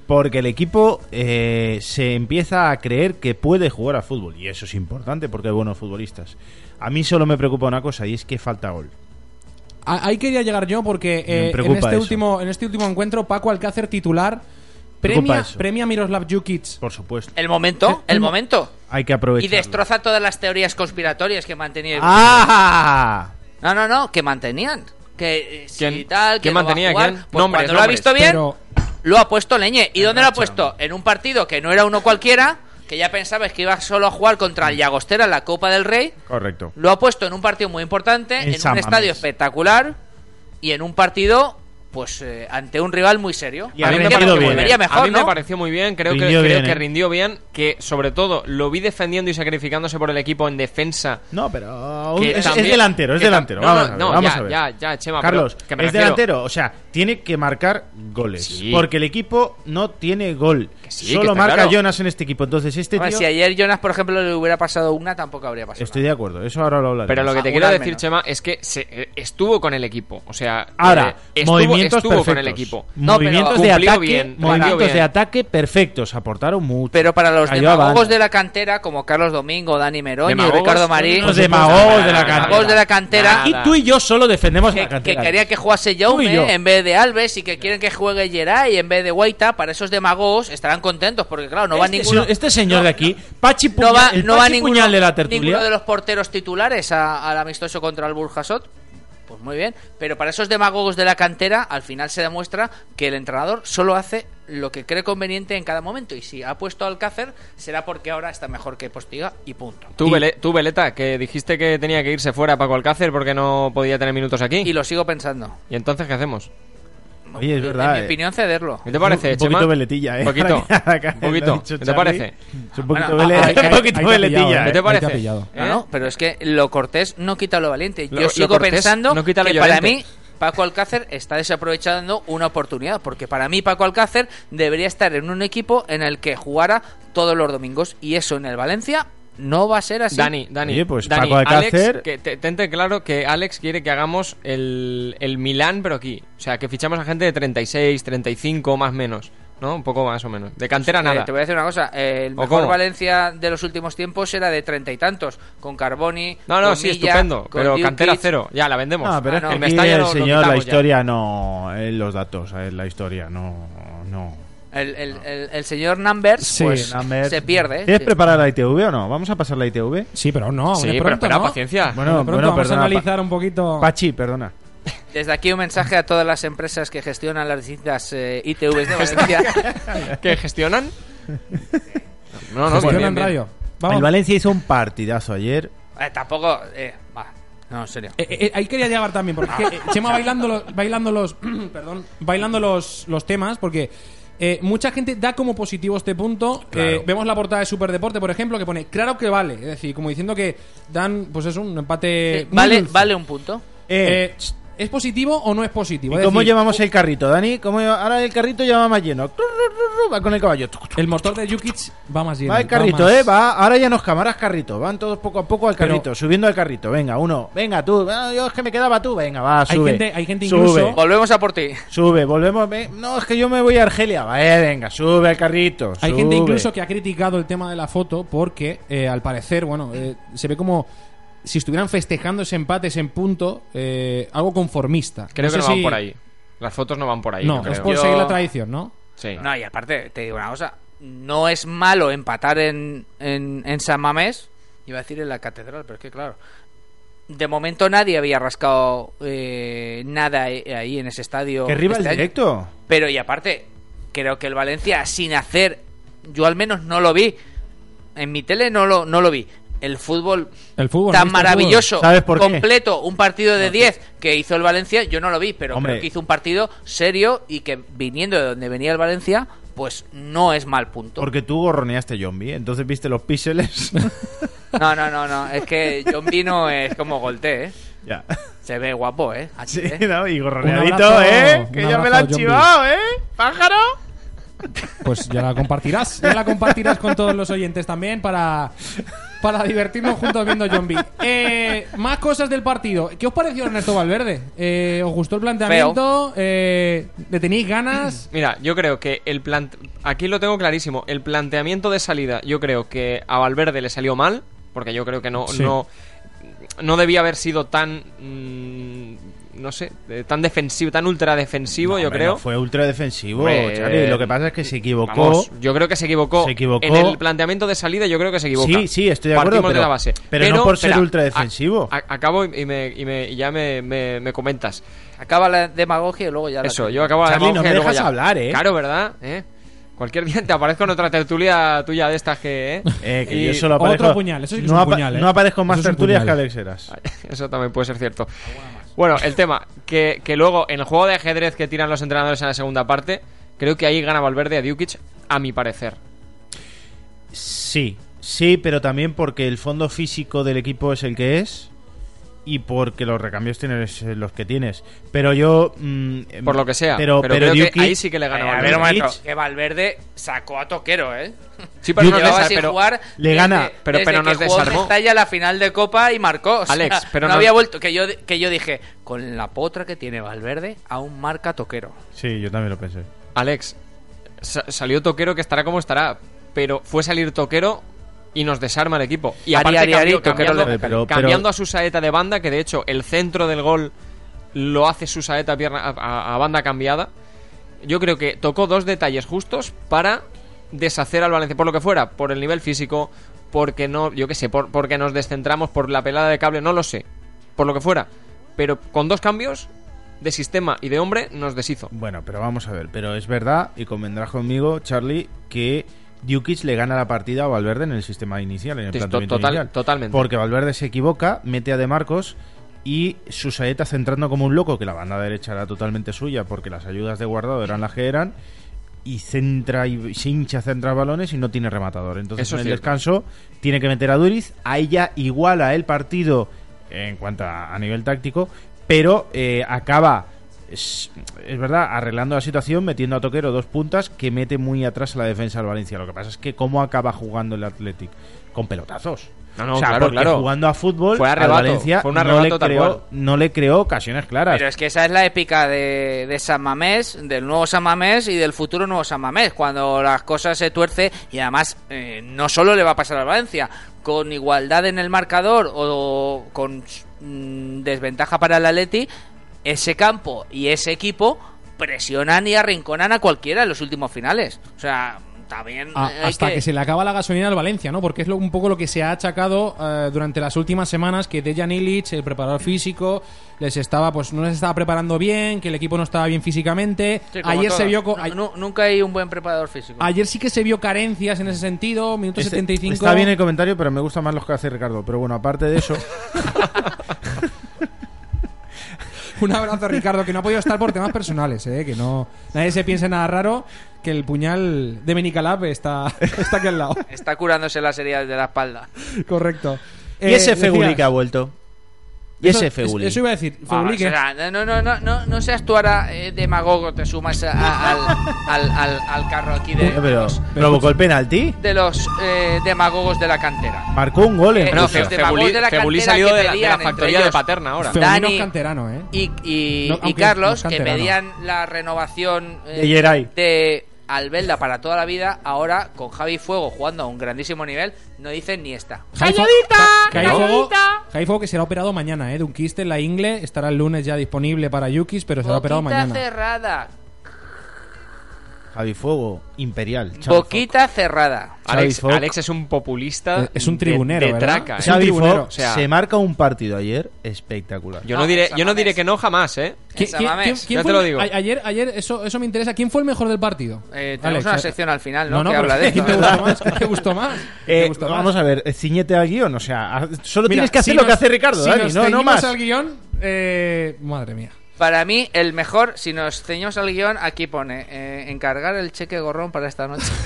Speaker 3: Porque el equipo eh, se empieza a creer que puede jugar a fútbol. Y eso es importante porque hay buenos futbolistas. A mí solo me preocupa una cosa y es que falta gol.
Speaker 1: A- Ahí quería llegar yo porque eh, en,
Speaker 3: preocupa
Speaker 1: este
Speaker 3: eso.
Speaker 1: último, en este último encuentro, Paco Alcácer titular
Speaker 3: Preocupa
Speaker 1: premia,
Speaker 3: eso.
Speaker 1: premia a Miroslav Jukic.
Speaker 3: Por supuesto.
Speaker 2: El momento, el momento.
Speaker 3: Hay
Speaker 2: Eh,
Speaker 3: que
Speaker 2: Y
Speaker 3: aprovechar.
Speaker 2: destroza todas las teorías conspiratorias que mantenía.
Speaker 3: ¡Ah!
Speaker 2: No, no, no, que mantenían. Que eh, si
Speaker 4: ¿Quién-
Speaker 2: tal, que
Speaker 4: quién
Speaker 2: no va a
Speaker 4: mantenía?
Speaker 2: jugar,
Speaker 4: ¿Quién?
Speaker 2: pues
Speaker 4: Nombres,
Speaker 2: cuando lo ha
Speaker 4: nombres.
Speaker 2: visto bien,
Speaker 1: Pero-
Speaker 2: lo ha puesto Leñe. ¿Y dónde lo ha puesto? En un partido que no era uno cualquiera, que ya pensabas que iba solo a jugar contra el Llagostera en la Copa del Rey.
Speaker 3: Correcto.
Speaker 2: Lo ha puesto en un partido muy importante,
Speaker 3: En
Speaker 2: en, un
Speaker 3: San Mamés.
Speaker 2: estadio espectacular y en un partido, pues, eh, ante un rival muy serio.
Speaker 3: Y ha
Speaker 2: Así que
Speaker 3: rendido
Speaker 2: que
Speaker 3: bien.
Speaker 2: volvería
Speaker 4: A
Speaker 2: mejor,
Speaker 4: mí me
Speaker 2: ¿no?
Speaker 4: pareció muy bien, creo, que,
Speaker 3: Rindió
Speaker 4: creo
Speaker 3: bien,
Speaker 4: que
Speaker 3: eh.
Speaker 4: rindió bien, que sobre todo lo vi defendiendo y sacrificándose por el equipo en defensa.
Speaker 3: No, pero
Speaker 4: que
Speaker 3: Oh, es- es,
Speaker 4: también-
Speaker 3: delantero, es
Speaker 4: que tam-
Speaker 3: delantero.
Speaker 4: No,
Speaker 3: vamos
Speaker 4: no,
Speaker 3: a ver,
Speaker 4: no,
Speaker 3: vamos
Speaker 4: ya,
Speaker 3: a ver.
Speaker 4: ya, ya, Chema. pero
Speaker 3: Carlos,
Speaker 4: que me
Speaker 3: es
Speaker 4: refiero-
Speaker 3: delantero, o sea, tiene que marcar goles.
Speaker 4: Sí.
Speaker 3: Porque el equipo no tiene gol.
Speaker 4: Que sí, que
Speaker 3: Solo
Speaker 4: está
Speaker 3: marca
Speaker 4: claro.
Speaker 3: Jonas en este equipo. Entonces, este
Speaker 2: Hombre,
Speaker 3: tío.
Speaker 2: si ayer Jonas, por ejemplo, le hubiera pasado una, tampoco habría pasado.
Speaker 3: Estoy
Speaker 2: nada.
Speaker 3: de acuerdo, eso ahora lo hablaré.
Speaker 4: Pero lo que te
Speaker 2: Alguna
Speaker 4: quiero
Speaker 2: al
Speaker 4: decir,
Speaker 2: menos.
Speaker 4: Chema, es que se- eh, estuvo con el equipo. O sea,
Speaker 3: Ahora,
Speaker 4: eh, estuvo,
Speaker 3: movimientos
Speaker 4: estuvo
Speaker 3: perfectos.
Speaker 4: con el equipo.
Speaker 2: No, pero
Speaker 3: movimientos de
Speaker 4: cumplió
Speaker 3: ataque,
Speaker 4: bien,
Speaker 3: movimientos
Speaker 4: cumplió bien.
Speaker 3: de ataque perfectos, aportaron mucho.
Speaker 2: Pero para los
Speaker 3: Cayó a
Speaker 2: demagogos
Speaker 3: banda.
Speaker 2: de la cantera, como Carlos Domingo, Dani Meroño,
Speaker 4: ¿Demagogos?
Speaker 2: Ricardo Marí,
Speaker 3: los demagogos de la
Speaker 2: demagogos de
Speaker 3: cantera.
Speaker 2: la cantera
Speaker 3: Aquí tú y yo solo defendemos
Speaker 2: que,
Speaker 3: la
Speaker 2: que
Speaker 3: cantera.
Speaker 2: quería que jugase
Speaker 3: Tú y yo.
Speaker 2: Jaume en vez de Alves y que quieren que juegue Geray en vez de Guaita, para esos demagogos estarán contentos porque claro, no va
Speaker 3: este,
Speaker 2: ninguno
Speaker 3: este señor de aquí, Pachi Puñal,
Speaker 2: no va,
Speaker 3: el
Speaker 2: no va
Speaker 3: Pachi
Speaker 2: ninguno,
Speaker 3: Puñal de la
Speaker 2: ninguno
Speaker 3: tertulia.
Speaker 2: de los porteros titulares a- al amistoso contra el Burjasot. Pues muy bien, pero para esos demagogos de la cantera, al final se demuestra que el entrenador solo hace lo que cree conveniente en cada momento. Y si ha puesto al Alcácer, será porque ahora está mejor que Postiga y punto.
Speaker 4: Tú, Vele- tú, Veleta, que dijiste que tenía que irse fuera Paco Alcácer porque no podía tener minutos aquí.
Speaker 2: Y lo sigo pensando.
Speaker 4: ¿Y entonces qué hacemos?
Speaker 3: Oye, es
Speaker 2: en
Speaker 3: verdad.
Speaker 2: mi
Speaker 3: eh.
Speaker 2: opinión, cederlo.
Speaker 4: ¿Qué te parece,
Speaker 3: un poquito
Speaker 4: Chema?
Speaker 3: veletilla, ¿eh?
Speaker 4: Un poquito.
Speaker 3: Un
Speaker 4: Un poquito. ¿Qué te parece? ah,
Speaker 3: un poquito,
Speaker 2: Bueno,
Speaker 3: vele-
Speaker 2: ahí-
Speaker 3: un
Speaker 2: ahí-
Speaker 3: poquito
Speaker 6: ahí te ha pillado,
Speaker 3: veletilla.
Speaker 6: ¿eh?
Speaker 4: ¿Qué te
Speaker 3: ¿eh?
Speaker 6: Ahí te ha
Speaker 4: parece?
Speaker 6: pillado.
Speaker 4: ¿Eh?
Speaker 2: No, ¿Ah, no, pero es que lo cortés no quita lo valiente. Yo
Speaker 4: Lo- lo
Speaker 2: sigo
Speaker 4: cortés
Speaker 2: pensando
Speaker 4: no quita lo
Speaker 2: que para
Speaker 4: llorente.
Speaker 2: mí Paco Alcácer está desaprovechando una oportunidad, porque para mí Paco Alcácer debería estar en un equipo en el que jugara todos los domingos y eso en el Valencia no va a ser así.
Speaker 4: Dani, Dani,
Speaker 3: Oye, pues,
Speaker 4: Dani,
Speaker 3: Paco Alcácer-
Speaker 4: Alex, que te, tente claro que Alex quiere que hagamos el, el Milán, pero aquí. O sea, que fichamos a gente de 36, 35, más menos. ¿No? Un poco más o menos. De cantera
Speaker 2: Eh,
Speaker 4: nada.
Speaker 2: te voy a decir una cosa, eh, el
Speaker 4: ¿O
Speaker 2: mejor
Speaker 4: cómo?
Speaker 2: Valencia de los últimos tiempos era de treinta y tantos, con Carboni,
Speaker 4: No, no,
Speaker 2: con
Speaker 4: sí,
Speaker 2: Milla,
Speaker 4: estupendo.
Speaker 2: con
Speaker 4: Pero
Speaker 2: Dukic.
Speaker 4: cantera cero. Ya, la vendemos.
Speaker 3: No, pero
Speaker 2: Ah,
Speaker 3: es
Speaker 2: no.
Speaker 3: que
Speaker 4: el
Speaker 3: aquí
Speaker 4: Mestalla
Speaker 3: el
Speaker 4: lo- lo
Speaker 3: señor, la
Speaker 4: quitamos ya.
Speaker 3: historia no. eh, los datos, eh, la historia no. no.
Speaker 2: El, el- el- el señor Numbers
Speaker 6: Sí,
Speaker 2: pues,
Speaker 3: Number-
Speaker 2: se pierde.
Speaker 3: ¿Tienes
Speaker 2: sí.
Speaker 3: preparada la ITV o no? ¿Vamos a pasar la ITV?
Speaker 6: Sí, pero
Speaker 1: Oh,
Speaker 6: no, aún
Speaker 4: Sí,
Speaker 6: es
Speaker 4: pero
Speaker 6: pronto,
Speaker 4: espera,
Speaker 6: ¿no?
Speaker 4: paciencia.
Speaker 3: Bueno,
Speaker 6: Bueno,
Speaker 3: bueno,
Speaker 6: vamos
Speaker 3: perdona,
Speaker 6: a analizar un poquito.
Speaker 3: Pachi, perdona.
Speaker 2: Desde aquí un mensaje a todas las empresas que gestionan las distintas eh, ITVs de Valencia.
Speaker 4: ¿Que gestionan? No, no,
Speaker 6: Gestión
Speaker 4: bien,
Speaker 6: en
Speaker 4: bien, bien.
Speaker 6: radio.
Speaker 3: El
Speaker 6: Vamos.
Speaker 3: Valencia hizo un partidazo ayer.
Speaker 2: Eh, tampoco. eh, va. No, en serio.
Speaker 1: Eh, eh, ahí quería llegar también, porque es que, eh, Chema bailando los, bailando los, perdón, bailando los, los temas, porque eh, mucha gente da como positivo este punto. Eh, vemos la portada de Superdeporte, por ejemplo, que pone claro que vale, es decir, como diciendo que dan, pues es un empate. muy
Speaker 2: Sí, Eh, vale,
Speaker 1: dulce.
Speaker 2: vale un punto.
Speaker 1: Eh, ¿Es positivo o no es positivo?
Speaker 3: ¿Y
Speaker 1: Es
Speaker 3: cómo
Speaker 1: decir,
Speaker 3: llevamos el carrito, Dani? ¿Cómo lleva- Ahora el carrito ya va más lleno. Va con el caballo.
Speaker 1: El motor de Jukic va más lleno.
Speaker 3: Va el carrito,
Speaker 1: más-
Speaker 3: eh. Va, ahora ya nos cámaras carrito. Van todos poco a poco al
Speaker 1: Pero-
Speaker 3: carrito, subiendo al carrito. Venga, uno. Venga, tú. Ah, yo es que me quedaba tú. Venga, va,
Speaker 1: Hay
Speaker 3: sube.
Speaker 1: gente- hay gente
Speaker 3: Sube,
Speaker 1: incluso-
Speaker 2: Volvemos a por ti.
Speaker 3: Sube, volvemos. ve- No, es que yo me voy a Argelia. Vale, venga, sube al carrito.
Speaker 1: Hay gente
Speaker 3: sube.
Speaker 1: incluso que ha criticado el tema de la foto porque, eh, al parecer, bueno, eh, se ve como si estuvieran festejando ese empate, ese punto, eh, algo conformista.
Speaker 4: Creo que
Speaker 1: sé
Speaker 4: no van
Speaker 1: si-
Speaker 4: por ahí. Las fotos no van por ahí.
Speaker 1: No,
Speaker 4: yo creo.
Speaker 1: es por seguir la tradición, ¿no?
Speaker 4: Sí.
Speaker 2: No, y aparte, te digo una cosa. No es malo empatar en, en, en San Mamés. Iba a decir en la catedral, pero es que claro. De momento nadie había rascado eh, nada eh, ahí en ese estadio.
Speaker 3: Que rival
Speaker 2: este año.
Speaker 3: directo.
Speaker 2: Pero y aparte, creo que el Valencia sin hacer, yo al menos no lo vi. En mi tele no lo, no lo vi. El fútbol
Speaker 1: El fútbol.
Speaker 2: tan
Speaker 1: ¿no? Este
Speaker 2: maravilloso,
Speaker 3: fútbol. ¿Sabes por qué?
Speaker 2: completo, un partido de 10 que hizo el Valencia, yo no lo vi, pero
Speaker 3: Hombre.
Speaker 2: creo que hizo un partido serio y que viniendo de donde venía el Valencia, pues no es mal punto.
Speaker 3: Porque tú gorroneaste zombie, entonces viste los píxeles.
Speaker 2: No, no, no, no, es que John Vino es como Golté, ¿eh?
Speaker 3: ya.
Speaker 2: Se ve guapo, ¿eh? Así,
Speaker 3: Sí,
Speaker 2: ¿eh?
Speaker 3: ¿no? Y gorroneadito,
Speaker 1: Ah, Un abrazo,
Speaker 3: ¿eh? Que
Speaker 1: un
Speaker 3: ya me
Speaker 1: abrazo,
Speaker 3: la han
Speaker 1: John
Speaker 3: chivado, ¿eh? ¡Pájaro!
Speaker 1: fútbol, Pues ya la compartirás. Ya la compartirás con todos los oyentes también para, para divertirnos juntos viendo Zombie. Eh, más cosas del partido. ¿Qué os pareció Ernesto Valverde? Eh, ¿Os gustó el planteamiento? Eh, ¿Le tenéis ganas?
Speaker 4: Mira, yo creo que el plant... aquí lo tengo clarísimo. El planteamiento de salida, yo creo que a Valverde le salió mal, porque yo creo que no
Speaker 1: Sí.
Speaker 4: no, no debía haber sido tan mm, no sé, eh, tan defensivo, tan ultra defensivo,
Speaker 3: No,
Speaker 4: yo
Speaker 3: hombre,
Speaker 4: creo.
Speaker 3: no fue ultra defensivo,
Speaker 4: Hombre,
Speaker 3: Charlie. Lo que pasa es que se equivocó.
Speaker 4: Vamos, yo creo que se equivocó.
Speaker 3: Se equivocó.
Speaker 4: En el planteamiento de salida, yo creo que se equivocó.
Speaker 3: Sí, sí, estoy de acuerdo,
Speaker 4: Partimos de
Speaker 3: pero-
Speaker 4: la base.
Speaker 3: pero no por ser
Speaker 4: espera,
Speaker 3: ultradefensivo.
Speaker 4: a- a- acabo y, y me, y me- y ya me, me- me comentas.
Speaker 2: Acaba la demagogia y luego ya la
Speaker 4: Eso, yo acabo de
Speaker 3: Charlie, no me dejas
Speaker 4: ya.
Speaker 3: hablar, ¿eh?
Speaker 4: Claro, ¿verdad? ¿Eh? Cualquier día te aparezco en otra tertulia tuya de estas que. ¿eh?
Speaker 3: Eh, que
Speaker 4: Y-
Speaker 3: yo solo aparezco.
Speaker 1: Otro puñal, eso sí que es
Speaker 3: no
Speaker 1: un
Speaker 3: apa-
Speaker 1: puñal, ¿eh?
Speaker 3: No aparezco en más
Speaker 1: Eso es un
Speaker 3: tertulias que
Speaker 1: puñal.
Speaker 3: Alex Heras.
Speaker 4: Ah, Eso también puede ser cierto. Bueno, el tema, que, que luego en el juego de ajedrez que tiran los entrenadores en la segunda parte, creo que ahí gana Valverde a Djukic, a mi parecer.
Speaker 3: Sí, sí, pero también porque el fondo físico del equipo es el que es y porque los recambios tienes eh, los que tienes. Pero yo. mm,
Speaker 4: Por lo que sea,
Speaker 3: Pero,
Speaker 4: pero
Speaker 3: pero
Speaker 4: creo que
Speaker 3: Dukic-
Speaker 4: ahí sí que le gana
Speaker 2: Eh, a
Speaker 4: Valverde.
Speaker 2: ver un momento,
Speaker 3: Djukic.
Speaker 2: que Valverde sacó a Toquero, ¿eh?
Speaker 4: Sí, pero no es de
Speaker 2: Llevaba
Speaker 4: esa,
Speaker 2: sin
Speaker 4: pero-
Speaker 2: jugar
Speaker 3: le
Speaker 2: desde-
Speaker 3: gana,
Speaker 4: pero-
Speaker 2: desde
Speaker 4: pero
Speaker 2: que
Speaker 4: nos
Speaker 2: jugó
Speaker 4: desarmó.
Speaker 2: Mestalla la final de Copa y marcó. O sea,
Speaker 4: Alex, pero
Speaker 2: no
Speaker 4: nos-
Speaker 2: había vuelto. Que yo, que yo dije, con la potra que tiene Valverde, aún marca Toquero.
Speaker 3: Sí, yo también lo pensé.
Speaker 4: Alex, sa- salió Toquero que estará como estará, pero fue salir Toquero y nos desarma el equipo. Y
Speaker 2: Ari,
Speaker 4: aparte
Speaker 2: Ari,
Speaker 4: cambió-
Speaker 2: Ari, Toquero
Speaker 4: cambiando,
Speaker 3: le- Pero- pero-
Speaker 4: cambiando a su saeta de banda, que de hecho el centro del gol lo hace su saeta a pierna, a- a, a banda cambiada. Yo creo que tocó dos detalles justos para deshacer al Valencia, por lo que fuera, por el nivel físico, porque no, yo qué sé, por- porque nos descentramos, por la pelada de cable, no lo sé, por lo que fuera. pero con dos cambios de sistema y de hombre nos deshizo.
Speaker 3: Bueno, pero vamos a ver. Pero es verdad, y convendrás conmigo, Charlie, que Dukic le gana la partida a Valverde en el sistema inicial, en el
Speaker 4: Sí, to-
Speaker 3: planteamiento
Speaker 4: total-
Speaker 3: inicial.
Speaker 4: totalmente.
Speaker 3: Porque Valverde se equivoca, mete a De Marcos y Susaeta centrando como un loco, que la banda derecha era totalmente suya porque las ayudas de guardado eran las que eran. Y centra y se hincha centra balones y no tiene rematador. Entonces
Speaker 4: Eso
Speaker 3: en
Speaker 4: es
Speaker 3: el
Speaker 4: cierto.
Speaker 3: descanso tiene que meter a Duriz. A ella iguala el partido en cuanto a, a nivel táctico, pero eh, acaba, es, es verdad, arreglando la situación, metiendo a Toquero dos puntas que mete muy atrás a la defensa del Valencia. Lo que pasa es que cómo acaba jugando el Athletic con pelotazos.
Speaker 4: No, no,
Speaker 3: o sea,
Speaker 4: claro,
Speaker 3: porque
Speaker 4: claro.
Speaker 3: jugando a fútbol
Speaker 4: Fue
Speaker 3: al
Speaker 4: arrebato,
Speaker 3: Valencia
Speaker 4: fue un
Speaker 3: no, le
Speaker 4: arrebato tal cual.
Speaker 3: creó, no le creó ocasiones claras.
Speaker 2: Pero es que esa es la épica de, de San Mamés, del nuevo San Mamés y del futuro nuevo San Mamés, cuando las cosas se tuerce y además eh, no solo le va a pasar a Valencia, con igualdad en el marcador o con mm, desventaja para el Atleti, ese campo y ese equipo presionan y arrinconan a cualquiera en los últimos finales. O sea, también
Speaker 1: A-
Speaker 2: Eh, hay
Speaker 1: Ah, hasta que... se le acaba la gasolina al Valencia, ¿no? Porque es lo- un poco lo que se ha achacado eh, durante las últimas semanas que Dejan Illich, el preparador físico, les estaba, pues no les estaba preparando bien, que el equipo no estaba bien físicamente.
Speaker 2: Sí, como
Speaker 1: ayer se
Speaker 2: todo.
Speaker 1: vio, co-
Speaker 2: Nu-
Speaker 1: a-
Speaker 2: nu- nunca hay un buen preparador físico.
Speaker 1: ayer sí que se vio carencias en ese sentido, minuto
Speaker 3: Este-
Speaker 1: 75.
Speaker 3: Está bien el comentario, pero me gusta más los que hace Ricardo. Pero bueno, aparte de eso, eh,
Speaker 1: Un abrazo, Ricardo, que no ha podido estar por temas personales, ¿eh? que no nadie se piense nada raro, que el puñal de Menicalap está, está aquí al lado.
Speaker 2: Está curándose las heridas de la espalda.
Speaker 1: Correcto.
Speaker 3: y ese Feguli
Speaker 1: Fegulica
Speaker 3: que ha vuelto. Y ese
Speaker 1: Eso,
Speaker 3: Feguli. Eh,
Speaker 1: eso iba a decir, Feguli
Speaker 2: Vamos,
Speaker 1: que-
Speaker 2: Ah, o sea, no, no, no, no, no seas tú ahora eh, demagogo, te sumas a- a- al, al, al- al carro aquí de,
Speaker 3: Bueno, pero,
Speaker 2: los,
Speaker 3: provocó el penalti.
Speaker 2: de los, eh, demagogos de la cantera.
Speaker 3: Marcó un gol en
Speaker 2: Eh,
Speaker 4: No,
Speaker 2: Los
Speaker 4: Fe-
Speaker 2: demagogos
Speaker 4: Febulí,
Speaker 2: de la
Speaker 4: Febulí
Speaker 2: cantera
Speaker 4: salió
Speaker 2: que
Speaker 4: de la, de la
Speaker 2: pedían entre
Speaker 4: factoría de
Speaker 2: ellos.
Speaker 4: Paterna ahora.
Speaker 2: Fe-
Speaker 1: Feguli no
Speaker 2: Dani-
Speaker 1: es canterano, ¿eh?
Speaker 2: Y, y,
Speaker 1: No,
Speaker 2: y
Speaker 1: aunque
Speaker 2: Carlos,
Speaker 1: no es
Speaker 2: que
Speaker 1: canterano.
Speaker 2: pedían la renovación eh,
Speaker 3: De Geray.
Speaker 2: de Albelda para toda la vida, ahora con Javi Fuego jugando a un grandísimo nivel, no dicen ni esta.
Speaker 1: ¡Calladita! Javi Fuego que será operado mañana, ¿eh? De un quiste en la ingle. Estará el lunes ya disponible para Yukis, pero será operado
Speaker 2: Boquita
Speaker 1: mañana.
Speaker 2: cerrada,
Speaker 3: Javi Fuego, Imperial. Xavi
Speaker 2: boquita cerrada.
Speaker 4: Alex,
Speaker 3: Xavi Fox.
Speaker 4: Alex es un populista.
Speaker 1: Es- es un
Speaker 4: de-
Speaker 1: tribunero,
Speaker 4: de,
Speaker 1: ¿verdad?
Speaker 4: traca.
Speaker 3: Fox.
Speaker 4: ¿eh?
Speaker 1: Es un
Speaker 3: Xavi
Speaker 1: tribunero,
Speaker 3: Fox
Speaker 4: o sea-
Speaker 3: se marca un partido ayer espectacular.
Speaker 4: Yo
Speaker 2: No,
Speaker 4: no diré,
Speaker 2: esa
Speaker 4: yo no diré
Speaker 2: mames.
Speaker 4: que no jamás, ¿eh?
Speaker 1: ¿Qui-
Speaker 2: Esa
Speaker 1: qui-
Speaker 2: mames.
Speaker 4: Ya
Speaker 1: fue
Speaker 4: te lo
Speaker 1: el-
Speaker 4: digo.
Speaker 1: a- Ayer, ayer eso, eso me interesa. ¿Quién fue el mejor del partido?
Speaker 2: Eh,
Speaker 1: Alex,
Speaker 2: tenemos una
Speaker 1: eh,
Speaker 2: sección al final, ¿no? que
Speaker 1: pero
Speaker 2: habla de
Speaker 1: ¿Qué
Speaker 2: esto.
Speaker 1: te gustó más? ¿Qué te gustó más? ¿Qué te
Speaker 3: Eh,
Speaker 1: gustó más?
Speaker 3: vamos a ver, eh, ciñete al guión. O sea, haz- solo
Speaker 1: Mira,
Speaker 3: tienes que hacer
Speaker 1: si
Speaker 3: lo que
Speaker 1: nos-
Speaker 3: hace Ricardo,
Speaker 1: si
Speaker 3: Dani,
Speaker 1: nos
Speaker 3: no, no
Speaker 1: ceñimos
Speaker 3: más.
Speaker 1: al guión, eh, madre mía.
Speaker 2: Para mí, el mejor, si nos ceñimos al guión, aquí pone eh, encargar el cheque gorrón para esta noche.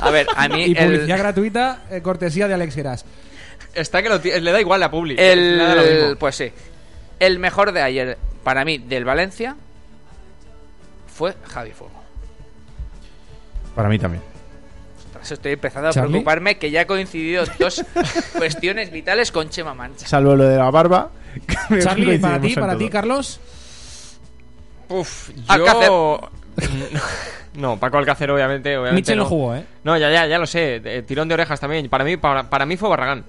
Speaker 2: A ver, a mí
Speaker 1: Y
Speaker 2: el,
Speaker 1: publicidad gratuita, eh, cortesía de Alex Geras.
Speaker 4: Está que lo ti- le da igual a Publi.
Speaker 2: el-
Speaker 4: Le da lo mismo.
Speaker 2: pues sí, el mejor de ayer, para mí, del Valencia, fue Javi Fuego.
Speaker 3: Para mí también.
Speaker 2: Ostras, estoy empezando a
Speaker 1: ¿Charlie?
Speaker 2: preocuparme que ya he coincidido dos cuestiones vitales con Chema Mancha.
Speaker 3: Salvo lo de la barba. que creo
Speaker 1: Charlie,
Speaker 3: que
Speaker 1: para ti,
Speaker 3: coincidimos en
Speaker 1: para ti,
Speaker 3: todo.
Speaker 1: Carlos.
Speaker 4: Uf,
Speaker 2: Alcácer.
Speaker 4: yo... no, Paco Alcácer obviamente... obviamente
Speaker 1: Mitchell no jugó, ¿eh?
Speaker 4: No, ya, ya, ya lo sé. Eh, Tirón de orejas también. Para mí, para, para mí fue Barragán.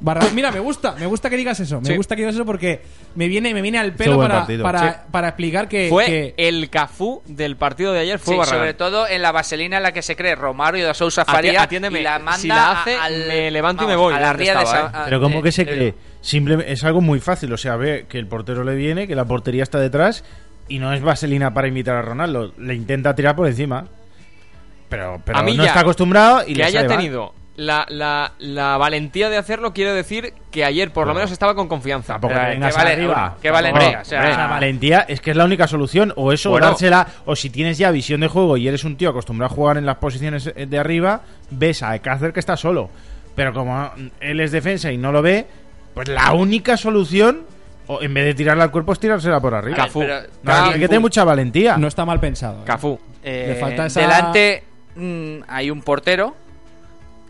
Speaker 1: Barra- Mira, me gusta, me gusta que digas eso. Me
Speaker 4: Sí.
Speaker 1: gusta que digas eso porque me viene, me viene al pelo
Speaker 3: buen
Speaker 1: para,
Speaker 3: partido.
Speaker 1: para,
Speaker 4: Sí.
Speaker 1: para explicar que.
Speaker 4: Fue
Speaker 1: que-
Speaker 4: el Cafú del partido de ayer, fue
Speaker 2: Sí,
Speaker 4: Barragán.
Speaker 2: sobre todo en la vaselina en la que se cree Romario de Sousa
Speaker 4: Ati-
Speaker 2: Faría
Speaker 4: atiéndeme,
Speaker 2: y la
Speaker 4: si
Speaker 2: manda
Speaker 4: la hace,
Speaker 2: al-
Speaker 4: me levanto y me
Speaker 2: vamos,
Speaker 4: voy,
Speaker 2: a la
Speaker 4: ¿dónde
Speaker 2: ría de
Speaker 4: estaba, eh?
Speaker 2: Sa-
Speaker 3: Pero
Speaker 2: a- eh,
Speaker 3: como
Speaker 2: de-
Speaker 3: que se
Speaker 2: de-
Speaker 3: cree. Simple, es algo muy fácil. O sea, ve que el portero le viene, que la portería está detrás y no es vaselina para imitar a Ronaldo. Le intenta tirar por encima. Pero, pero
Speaker 4: A mí
Speaker 3: no
Speaker 4: ya,
Speaker 3: está acostumbrado y
Speaker 4: que
Speaker 3: le
Speaker 4: haya
Speaker 3: sale mal.
Speaker 4: tenido la, la, la valentía de hacerlo quiere decir que ayer por lo menos estaba con confianza.
Speaker 3: Tampoco
Speaker 2: Pero,
Speaker 3: te
Speaker 2: eh,
Speaker 3: vengas
Speaker 2: que vale-
Speaker 3: arriba.
Speaker 2: que vale
Speaker 3: Tampoco.
Speaker 2: entrega, o sea-
Speaker 3: Hombre, la valentía es que es la única solución. O eso,
Speaker 4: Bueno.
Speaker 3: o dársela. O si tienes ya visión de juego y eres un tío acostumbrado a jugar en las posiciones eh, de arriba, ves a Cáceres que está solo. Pero como mm, él es defensa y no lo ve, pues la única solución, o en vez de tirarla al cuerpo, es tirársela por arriba.
Speaker 4: Cafú.
Speaker 2: pero-
Speaker 3: No, hay que tener mucha valentía.
Speaker 1: No está mal pensado. ¿eh?
Speaker 4: Cafú.
Speaker 2: Eh,
Speaker 1: Le falta esa-
Speaker 2: Delante mm, hay un portero.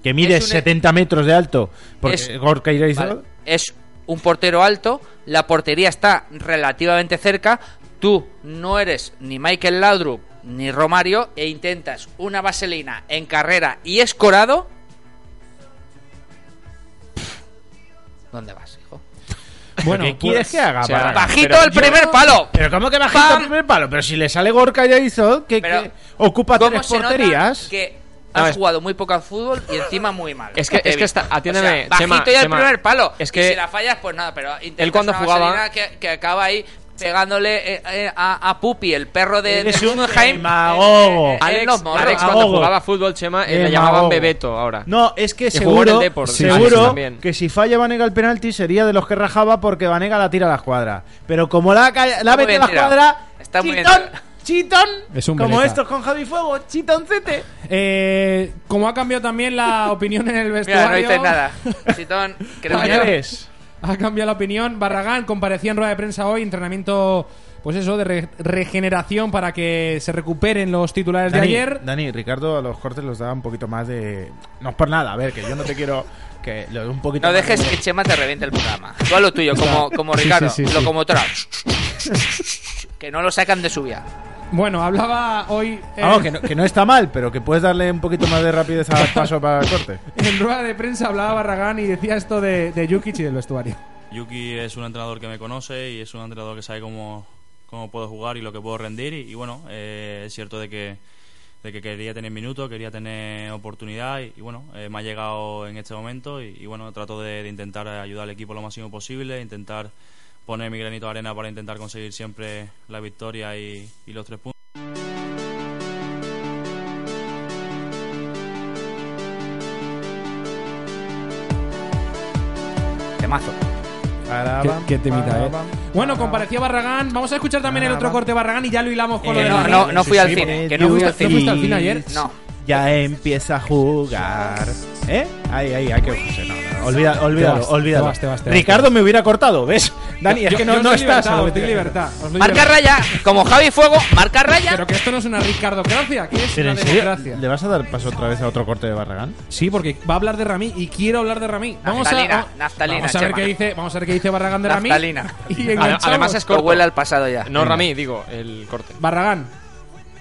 Speaker 3: que mides
Speaker 2: es un-
Speaker 3: 70 metros de alto. Porque
Speaker 2: es-
Speaker 3: Gorka Irizar-
Speaker 2: ¿vale? Es un portero alto. La portería está relativamente cerca. Tú no eres ni Michael Laudrup ni Romario e intentas una vaselina en carrera y escorado. ¿Dónde vas, hijo?
Speaker 1: Bueno,
Speaker 3: ¿Qué quieres
Speaker 1: pues-
Speaker 3: que haga?
Speaker 4: o sea,
Speaker 3: para-
Speaker 2: ¡Bajito
Speaker 4: pero
Speaker 2: el
Speaker 4: yo-
Speaker 2: primer palo!
Speaker 3: Pero ¿cómo que bajito
Speaker 2: ¡Pam!
Speaker 3: el primer palo? Pero si le sale Gorka Irizar, que,
Speaker 2: Pero,
Speaker 3: que ocupa
Speaker 2: ¿Cómo
Speaker 3: tres
Speaker 2: se nota
Speaker 3: porterías.
Speaker 2: que
Speaker 4: No,
Speaker 2: has
Speaker 4: es-
Speaker 2: jugado muy poco al fútbol y encima muy mal.
Speaker 4: Es que-
Speaker 2: Te he
Speaker 4: es que
Speaker 2: visto.
Speaker 4: está- atiéndeme,
Speaker 2: O sea,
Speaker 4: Chema,
Speaker 2: bajito y al
Speaker 4: Chema.
Speaker 2: primer palo.
Speaker 4: Es
Speaker 2: Y
Speaker 4: que-
Speaker 2: si la fallas, pues nada, pero intentas
Speaker 4: Él cuando
Speaker 2: una
Speaker 4: jugaba-
Speaker 2: vaselina que, que acaba ahí pegándole eh, eh, a, a Pupi, el perro de, de
Speaker 3: Eres un
Speaker 2: Guggenheim, en-
Speaker 3: demagogo.
Speaker 2: en- en
Speaker 4: Alex,
Speaker 2: los morros.
Speaker 4: Alex cuando
Speaker 3: Ahogo.
Speaker 4: jugaba fútbol, Chema, eh, le
Speaker 3: Demagogo.
Speaker 4: llamaban Bebeto ahora.
Speaker 3: No, es que
Speaker 4: Que jugó en el
Speaker 3: seguro,
Speaker 4: Depor,
Speaker 3: Sí,
Speaker 4: Alex
Speaker 3: seguro
Speaker 4: también.
Speaker 3: que si falla Vanega el penalti sería de los que rajaba porque Vanega la tira a la escuadra. Pero como la, ha ca- la ha
Speaker 2: muy
Speaker 3: metido
Speaker 2: bien
Speaker 3: a la
Speaker 2: tirado.
Speaker 3: escuadra,
Speaker 2: Está muy bien
Speaker 3: chitón,
Speaker 2: tirado.
Speaker 3: chitón,
Speaker 1: Es un
Speaker 3: como
Speaker 1: veleta.
Speaker 3: estos con Javi Fuego, chitoncete.
Speaker 1: Eh, como ha cambiado también la opinión en el vestuario.
Speaker 2: Mira, no dices nada. Chitón, creo
Speaker 1: Vaya.
Speaker 2: yo.
Speaker 3: Señores,
Speaker 1: Ha cambiado la opinión. Barragán comparecía en rueda de prensa hoy, entrenamiento, pues eso, de re- regeneración para que se recuperen los titulares
Speaker 3: Dani,
Speaker 1: de ayer.
Speaker 3: Dani, Ricardo a los cortes los daba un poquito más de... No es por nada, a ver, que yo no te quiero... Que lo de un poquito
Speaker 2: No
Speaker 3: más
Speaker 2: dejes
Speaker 3: de-
Speaker 2: que Chema te reviente el programa. Tú a lo tuyo, como, como
Speaker 1: Sí,
Speaker 2: Ricardo,
Speaker 1: sí, sí, sí.
Speaker 2: locomotora. Que no lo sacan de su vía.
Speaker 1: Bueno, hablaba hoy eh,
Speaker 3: Vamos, que no, que no está mal, pero que puedes darle un poquito más de rapidez al paso para el corte.
Speaker 1: en rueda de prensa, hablaba Barragán y decía esto de, de Jukic y del vestuario.
Speaker 6: Yuki es un entrenador que me conoce y es un entrenador que sabe cómo, cómo puedo jugar y lo que puedo rendir. Y, y bueno, eh, es cierto de que, de que quería tener minutos, quería tener oportunidad y, y bueno, eh, me ha llegado en este momento y, y bueno, trato de, de intentar ayudar al equipo lo máximo posible, intentar poner mi granito de arena para intentar conseguir siempre la victoria y, y los tres puntos.
Speaker 2: Temazo.
Speaker 1: Qué, qué temita, eh. Bueno, comparecía Barragán. Vamos a escuchar también el otro corte de Barragán y ya lo hilamos con lo
Speaker 2: Eh,
Speaker 1: de
Speaker 2: no,
Speaker 1: Madrid.
Speaker 2: no, no fui al cine, que no fui al cine.
Speaker 1: fuiste al cine ayer?
Speaker 2: No.
Speaker 3: Ya empieza a jugar. ¿Eh? Ahí, ahí, hay que ocuparse. No, no, no. Olvida, olvídalo,
Speaker 1: Te vas,
Speaker 3: olvídalo.
Speaker 1: te vas, te vas, te vas,
Speaker 3: Ricardo
Speaker 1: te vas.
Speaker 3: me hubiera cortado, ¿ves? Dani, es
Speaker 1: Yo-
Speaker 3: que no,
Speaker 1: yo os
Speaker 3: no
Speaker 1: doy
Speaker 3: estás.
Speaker 1: libertad,
Speaker 3: a lo
Speaker 1: os
Speaker 3: que
Speaker 1: doy
Speaker 3: te-
Speaker 1: libertad, os doy
Speaker 2: Marca
Speaker 1: libertad.
Speaker 2: raya, como Javi Fuego, marca raya.
Speaker 1: Pero que esto no es una Ricardo Gracia, que es
Speaker 3: Pero
Speaker 1: una
Speaker 3: en serio,
Speaker 1: democracia.
Speaker 3: ¿le vas a dar paso otra vez a otro corte de Barragán?
Speaker 1: Sí, porque va a hablar de Rami y quiero hablar de Rami. Vamos
Speaker 2: Naftalina,
Speaker 1: a,
Speaker 2: naftalina,
Speaker 1: vamos a ver
Speaker 2: Chema.
Speaker 1: qué dice, vamos a ver qué dice Barragán de Rami.
Speaker 2: Naftalina.
Speaker 1: Y enganchamos.
Speaker 4: Además es
Speaker 2: Esto
Speaker 4: corto.
Speaker 2: huele al pasado ya.
Speaker 4: No, Rami, digo, el corte.
Speaker 1: Barragán.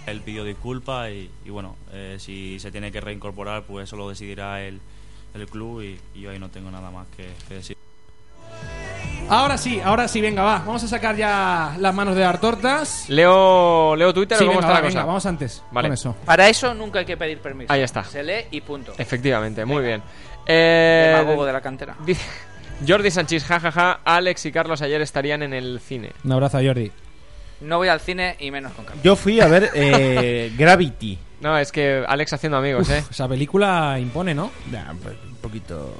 Speaker 6: Él pidió disculpas y, y bueno, eh, si se tiene que reincorporar, pues eso lo decidirá el, el club y, y yo ahí no tengo nada más que- que decir.
Speaker 1: Ahora sí, ahora sí, venga, va. Vamos a sacar ya las manos de dar tortas.
Speaker 4: Leo, leo Twitter
Speaker 1: Sí,
Speaker 4: o cómo
Speaker 1: venga,
Speaker 4: está
Speaker 1: va,
Speaker 4: la cosa.
Speaker 1: venga, vamos antes.
Speaker 4: Vale.
Speaker 1: Con eso.
Speaker 2: Para eso nunca hay que pedir permiso.
Speaker 4: Ahí está.
Speaker 2: Se lee y punto.
Speaker 4: Efectivamente, muy bien. Eh,
Speaker 2: Demagogo de la cantera.
Speaker 4: dice- Jordi Sánchez, jajaja, Alex y Carlos ayer estarían en el cine.
Speaker 1: Un abrazo a Jordi.
Speaker 2: No voy al cine y menos con Carlos.
Speaker 3: Yo fui a ver eh, Gravity.
Speaker 4: No, es que Alex haciendo amigos, ¿eh?
Speaker 1: Esa película impone, ¿no?
Speaker 3: Nah, pues, un poquito.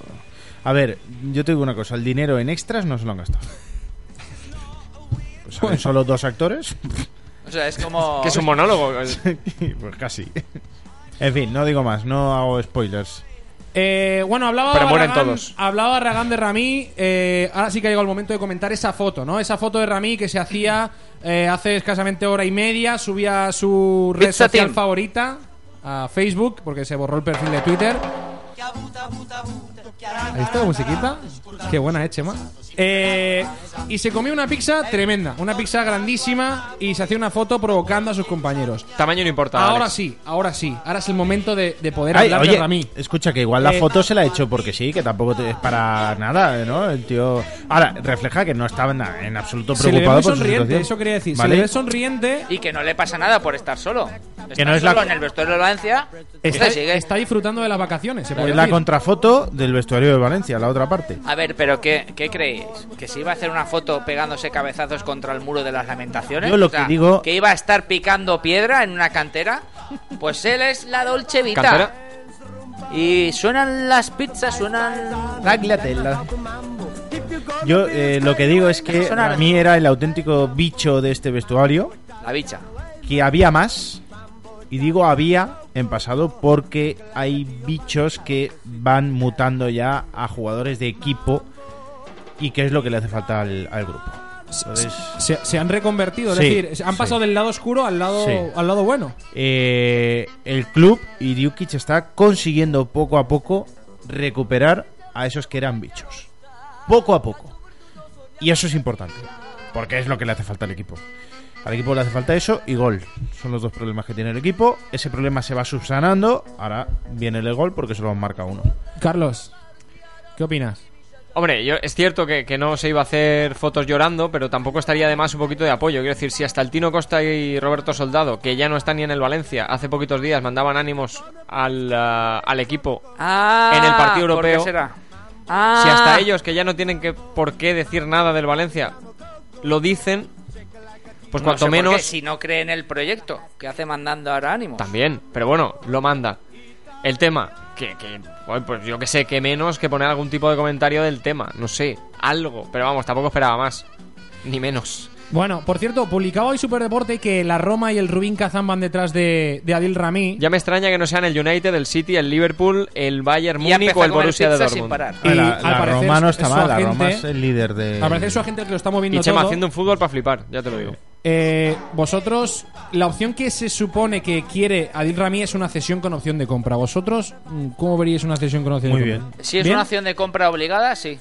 Speaker 3: A ver, yo te digo una cosa: el dinero en extras no se lo han gastado. Pues salen solo dos actores.
Speaker 2: O sea, es como.
Speaker 4: Que es un monólogo.
Speaker 3: pues casi. En fin, no digo más, no hago spoilers.
Speaker 1: Eh, bueno, hablaba
Speaker 4: Pero mueren
Speaker 1: Barragán-
Speaker 4: todos.
Speaker 1: Hablaba Barragán de Ramí. eh, ahora sí que ha llegado el momento de comentar esa foto, ¿no? Esa foto de Ramí que se hacía eh, hace escasamente hora y media. Subía a su red
Speaker 2: Pizza
Speaker 1: social
Speaker 2: Team.
Speaker 1: favorita a Facebook porque se borró el perfil de Twitter. Ahí está la musiquita. Qué buena, ¿eh, Chema? Eh, y se comió una pizza tremenda, una pizza grandísima y se hacía una foto provocando a sus compañeros.
Speaker 4: Tamaño no importa.
Speaker 1: Ahora
Speaker 4: Alex.
Speaker 1: sí, ahora sí. Ahora es el momento de, de poder
Speaker 3: Ay,
Speaker 1: hablar de
Speaker 3: oye,
Speaker 1: Ramí.
Speaker 3: escucha, que igual la
Speaker 1: Eh,
Speaker 3: foto se la ha hecho porque sí, que tampoco te- es para nada, ¿no? El tío... Ahora, refleja que no estaba en, na- en absoluto
Speaker 1: Se le ve
Speaker 3: preocupado
Speaker 1: muy
Speaker 3: por su
Speaker 1: sonriente,
Speaker 3: situación.
Speaker 1: eso quería decir.
Speaker 3: ¿Vale?
Speaker 1: Se le ve sonriente.
Speaker 2: Y que no le pasa nada por estar solo. Está
Speaker 3: no es la-
Speaker 2: solo en el vestuario de Valencia.
Speaker 1: Está,
Speaker 2: Usted sigue.
Speaker 1: está disfrutando de las vacaciones, se puede
Speaker 3: Es la
Speaker 1: decir.
Speaker 3: contrafoto del vestuario de Valencia, la otra parte.
Speaker 2: A ver, pero ¿qué, qué creéis? ¿Que se iba a hacer una foto pegándose cabezazos contra el muro de las lamentaciones?
Speaker 3: Yo lo
Speaker 2: O sea,
Speaker 3: que digo-
Speaker 2: ¿Que iba a estar picando piedra en una cantera? Pues él es la Dolce Vita.
Speaker 4: ¿Cantera?
Speaker 2: Y suenan las pizzas, suenan...
Speaker 3: Yo eh, lo que digo es que
Speaker 2: Sonar.
Speaker 3: a mí era el auténtico bicho de este vestuario,
Speaker 2: La bicha.
Speaker 3: que había más, y digo había en pasado porque hay bichos que van mutando ya a jugadores de equipo y que es lo que le hace falta al, al grupo. Entonces,
Speaker 1: Se, se han reconvertido, es
Speaker 3: Sí,
Speaker 1: decir, han
Speaker 3: sí.
Speaker 1: pasado del lado oscuro al lado,
Speaker 3: Sí.
Speaker 1: al lado bueno.
Speaker 3: eh, el club y Dukic está consiguiendo poco a poco recuperar a esos que eran bichos. Poco a poco. Y eso es importante. Porque es lo que le hace falta al equipo. Al equipo le hace falta eso y gol. Son los dos problemas que tiene el equipo. Ese problema se va subsanando. Ahora viene el gol porque solo marca uno.
Speaker 1: Carlos, ¿qué opinas?
Speaker 4: Hombre, yo, es cierto que, que no se iba a hacer fotos llorando, pero tampoco estaría de más un poquito de apoyo. Quiero decir, si hasta el Tino Costa y Roberto Soldado, que ya no están ni en el Valencia, hace poquitos días mandaban ánimos al, ah, al equipo,
Speaker 2: Ah,
Speaker 4: En el partido
Speaker 2: ¿por qué
Speaker 4: europeo.
Speaker 2: será? Ah,
Speaker 4: si hasta ellos, que ya no tienen que, por qué decir nada del Valencia, lo dicen, pues
Speaker 2: No
Speaker 4: cuanto
Speaker 2: sé por
Speaker 4: menos...
Speaker 2: qué, si no creen el proyecto, que hace mandando ahora ánimos?
Speaker 4: También, pero bueno, lo manda. El tema, que, que, joder, pues yo que sé, que menos que poner algún tipo de comentario del tema, no sé, algo, pero vamos, tampoco esperaba más, ni menos.
Speaker 1: Bueno, por cierto, publicaba hoy Superdeporte que la Roma y el Rubín Kazán van detrás de, de Adil Rami.
Speaker 4: Ya me extraña que no sean el United, el City, el Liverpool, el Bayern
Speaker 2: Y ya
Speaker 4: Múnich
Speaker 2: empezó
Speaker 4: o el
Speaker 2: a comer
Speaker 4: Borussia de
Speaker 2: pizza sin
Speaker 4: Dortmund.
Speaker 2: parar.
Speaker 1: Y
Speaker 3: Ah, la
Speaker 1: al
Speaker 3: la
Speaker 1: parecer
Speaker 3: Roma no
Speaker 1: es-
Speaker 3: está
Speaker 1: es su
Speaker 3: mal, la
Speaker 1: agente-
Speaker 3: Roma es el líder de.
Speaker 1: Al parecer su agente que lo está moviendo
Speaker 4: Y Chema
Speaker 1: todo.
Speaker 4: haciendo un fútbol para flipar, ya te lo digo.
Speaker 1: Eh, vosotros, la opción que se supone que quiere Adil Rami es una cesión con opción de compra. ¿Vosotros mm, cómo veríais una cesión con opción
Speaker 3: Muy
Speaker 1: de
Speaker 3: bien.
Speaker 1: compra?
Speaker 2: Si es
Speaker 1: Bien.
Speaker 2: una opción de compra obligada, sí.
Speaker 4: Ahí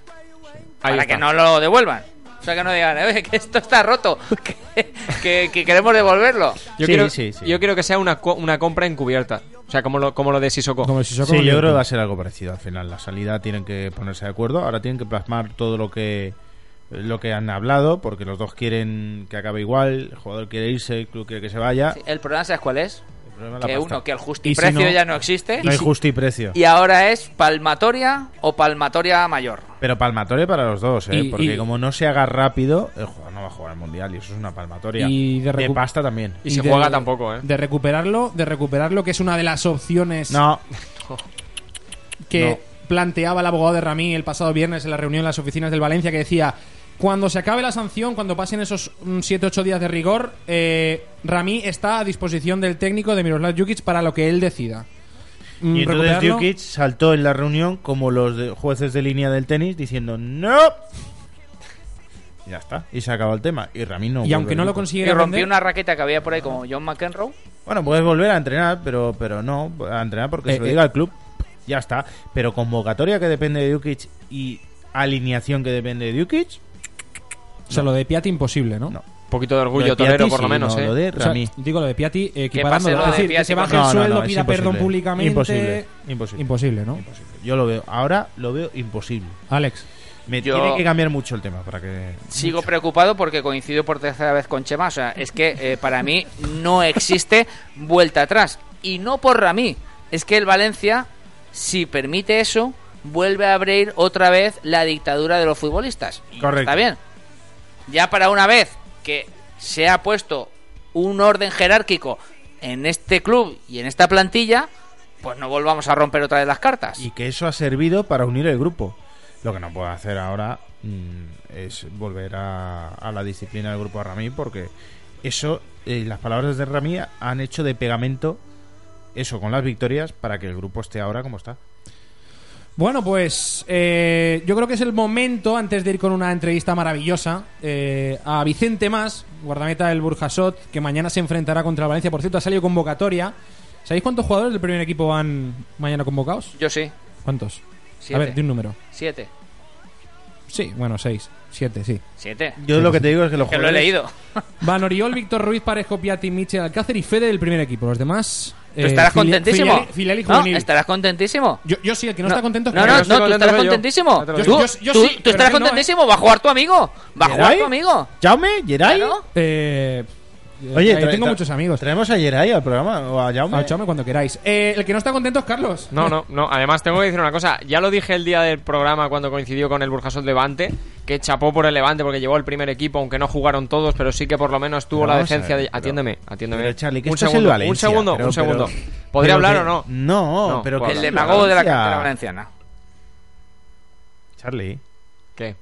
Speaker 2: para
Speaker 4: está.
Speaker 2: que no lo devuelvan. O sea, que no digan, "Eh, que esto está roto, que, que- que queremos devolverlo.
Speaker 3: Sí,
Speaker 4: Yo, quiero,
Speaker 3: sí, sí.
Speaker 4: yo quiero que sea una, co- una compra encubierta, o sea, como lo, como lo de Sissoko.
Speaker 1: Como si Sissoko
Speaker 3: Sí,
Speaker 1: no
Speaker 3: yo
Speaker 1: le-
Speaker 3: creo que va a ser algo parecido al final. La salida tienen que ponerse de acuerdo. Ahora tienen que plasmar todo lo que lo que han hablado, porque los dos quieren que acabe igual. El jugador quiere irse, el club quiere que se vaya.
Speaker 2: Sí, El problema, ¿sabes cuál es?
Speaker 3: El problema es la
Speaker 2: Que
Speaker 3: pasta.
Speaker 2: uno, que el
Speaker 1: Y si
Speaker 2: justiprecio
Speaker 1: no-
Speaker 2: ya no existe.
Speaker 3: no hay justo y precio.
Speaker 2: Y ahora es palmatoria o palmatoria mayor.
Speaker 3: Pero palmatoria para los dos, ¿eh?
Speaker 1: Y-
Speaker 3: porque
Speaker 1: y-
Speaker 3: como no se haga rápido, el jugador no va a jugar al mundial y eso es una palmatoria.
Speaker 1: Y de recu-
Speaker 3: pasta también.
Speaker 4: Y se juega tampoco, ¿eh?
Speaker 1: De recuperarlo, de recuperarlo, que es una de las opciones
Speaker 3: No,
Speaker 1: que planteaba el abogado de Ramí el pasado viernes en la reunión en las oficinas del Valencia, que decía, cuando se acabe la sanción, cuando pasen esos 7-8 días de rigor, eh, Ramí está a disposición del técnico de Miroslav Jukic para lo que él decida. Mm,
Speaker 3: Y entonces
Speaker 1: recuperarlo-
Speaker 3: Djukic saltó en la reunión como los de- jueces de línea del tenis diciendo ¡No! Y ya está. Y se acabó el tema. Y Ramiro
Speaker 1: Y aunque no lo
Speaker 2: Y
Speaker 1: consiguiera
Speaker 2: rompió
Speaker 1: vender-
Speaker 2: una raqueta que había por ahí como John McEnroe.
Speaker 3: Bueno, puedes volver a entrenar, pero, pero no. A entrenar porque
Speaker 1: Eh,
Speaker 3: se lo
Speaker 1: eh.
Speaker 3: diga al club. Ya está. Pero convocatoria que depende de Djukic y alineación que depende de Djukic.
Speaker 1: O sea, lo de Piatti imposible, ¿no?
Speaker 3: No.
Speaker 4: Un poquito de orgullo
Speaker 3: Lo de Piatti
Speaker 4: torero, por
Speaker 3: sí,
Speaker 4: lo menos,
Speaker 3: no,
Speaker 4: ¿eh?
Speaker 3: Lo de
Speaker 1: O sea,
Speaker 3: Rami.
Speaker 1: digo lo de Piatti eh, equiparándolo.
Speaker 2: pase lo
Speaker 1: Es
Speaker 2: de
Speaker 1: decir, que
Speaker 2: Piatti
Speaker 1: se
Speaker 2: con-
Speaker 1: baje
Speaker 3: No,
Speaker 1: el
Speaker 3: no,
Speaker 1: sueldo,
Speaker 3: no, es
Speaker 1: pida
Speaker 3: imposible.
Speaker 1: perdón públicamente.
Speaker 3: Imposible. Imposible.
Speaker 1: Imposible, ¿no?
Speaker 3: Imposible. Yo lo veo. Ahora lo veo imposible.
Speaker 1: Alex.
Speaker 3: Me
Speaker 2: Yo-
Speaker 3: tiene que cambiar mucho el tema para que.
Speaker 2: Sigo preocupado porque coincido por tercera vez con Chema. O sea, es que eh, para mí no existe vuelta atrás. Y no por Ramí. Es que el Valencia, si permite eso, vuelve a abrir otra vez la dictadura de los futbolistas. Y
Speaker 3: Correcto.
Speaker 2: Está bien. Ya para una vez que se ha puesto un orden jerárquico en este club y en esta plantilla, pues no volvamos a romper otra vez las cartas.
Speaker 3: y que eso ha servido para unir el grupo. Lo que no puedo hacer ahora mm, es volver a, a la disciplina del grupo de Rami porque eso, eh, las palabras de Rami han hecho de pegamento eso con las victorias para que el grupo esté ahora como está.
Speaker 1: Bueno, pues eh, yo creo que es el momento, antes de ir con una entrevista maravillosa, eh, a Vicente Más, guardameta del Burjasot, que mañana se enfrentará contra el Valencia. Por cierto, ha salido convocatoria. ¿Sabéis cuántos jugadores del primer equipo van mañana convocados?
Speaker 2: Yo sí.
Speaker 1: ¿Cuántos? A
Speaker 2: Siete.
Speaker 1: ver, di un número.
Speaker 2: Siete.
Speaker 1: Sí, bueno, seis, siete, sí.
Speaker 2: Siete.
Speaker 3: Yo lo que te digo es que los
Speaker 2: Que lo he leído.
Speaker 1: Van Oriol, Víctor Ruiz, Parejo, Piatti, Michel Alcácer y Fede del primer equipo. Los demás...
Speaker 2: ¿Tú
Speaker 1: eh,
Speaker 2: estarás
Speaker 1: filia-
Speaker 2: contentísimo?
Speaker 1: Filial, filial y
Speaker 2: No,
Speaker 1: juvenil.
Speaker 2: estarás contentísimo.
Speaker 1: yo, yo sí, el que no, está contento es
Speaker 2: No,
Speaker 1: que-
Speaker 2: no,
Speaker 4: Yo
Speaker 2: no,
Speaker 4: estoy
Speaker 2: tú
Speaker 4: contento,
Speaker 2: estarás
Speaker 4: yo.
Speaker 2: contentísimo.
Speaker 4: Ya te lo
Speaker 2: Tú,
Speaker 1: digo. Yo- yo
Speaker 2: tú-
Speaker 1: sí,
Speaker 2: tú
Speaker 1: pero
Speaker 2: estarás
Speaker 1: él no, ¿eh?
Speaker 2: contentísimo. Va a jugar tu amigo. Va a jugar tu amigo.
Speaker 3: ¿Jaume? ¿Yeray?
Speaker 2: Claro.
Speaker 1: Eh,
Speaker 3: Oye,
Speaker 1: eh,
Speaker 3: tra-
Speaker 1: tengo
Speaker 3: tra-
Speaker 1: muchos amigos.
Speaker 3: ¿Traemos a Yeray al programa o a Jaume?
Speaker 1: Ah, echadme cuando queráis. Eh, el que no está contento es Carlos.
Speaker 4: No, no, no. Además, tengo que decir una cosa. Ya lo dije el día del programa cuando coincidió con el Burjasol Levante, que chapó por el Levante porque llevó el primer equipo, aunque no jugaron todos, pero sí que por lo menos tuvo
Speaker 3: Pero
Speaker 4: la
Speaker 3: vamos a
Speaker 4: decencia
Speaker 3: ver,
Speaker 4: de.
Speaker 3: pero-
Speaker 4: Atiéndeme, atiéndeme.
Speaker 3: Pero, Charlie, que
Speaker 4: Eh, un,
Speaker 3: esto es el
Speaker 4: segundo, un
Speaker 3: Valencia,
Speaker 4: segundo,
Speaker 3: pero-
Speaker 4: un segundo.
Speaker 3: pero- pero
Speaker 4: ¿Podría hablar
Speaker 3: que-
Speaker 4: o no?
Speaker 3: No,
Speaker 4: No,
Speaker 3: pero
Speaker 4: pues
Speaker 3: que
Speaker 2: El
Speaker 4: habla.
Speaker 3: es
Speaker 2: demagogo de la
Speaker 3: Valencia.
Speaker 2: cantera valenciana.
Speaker 3: Charlie.
Speaker 4: ¿Qué?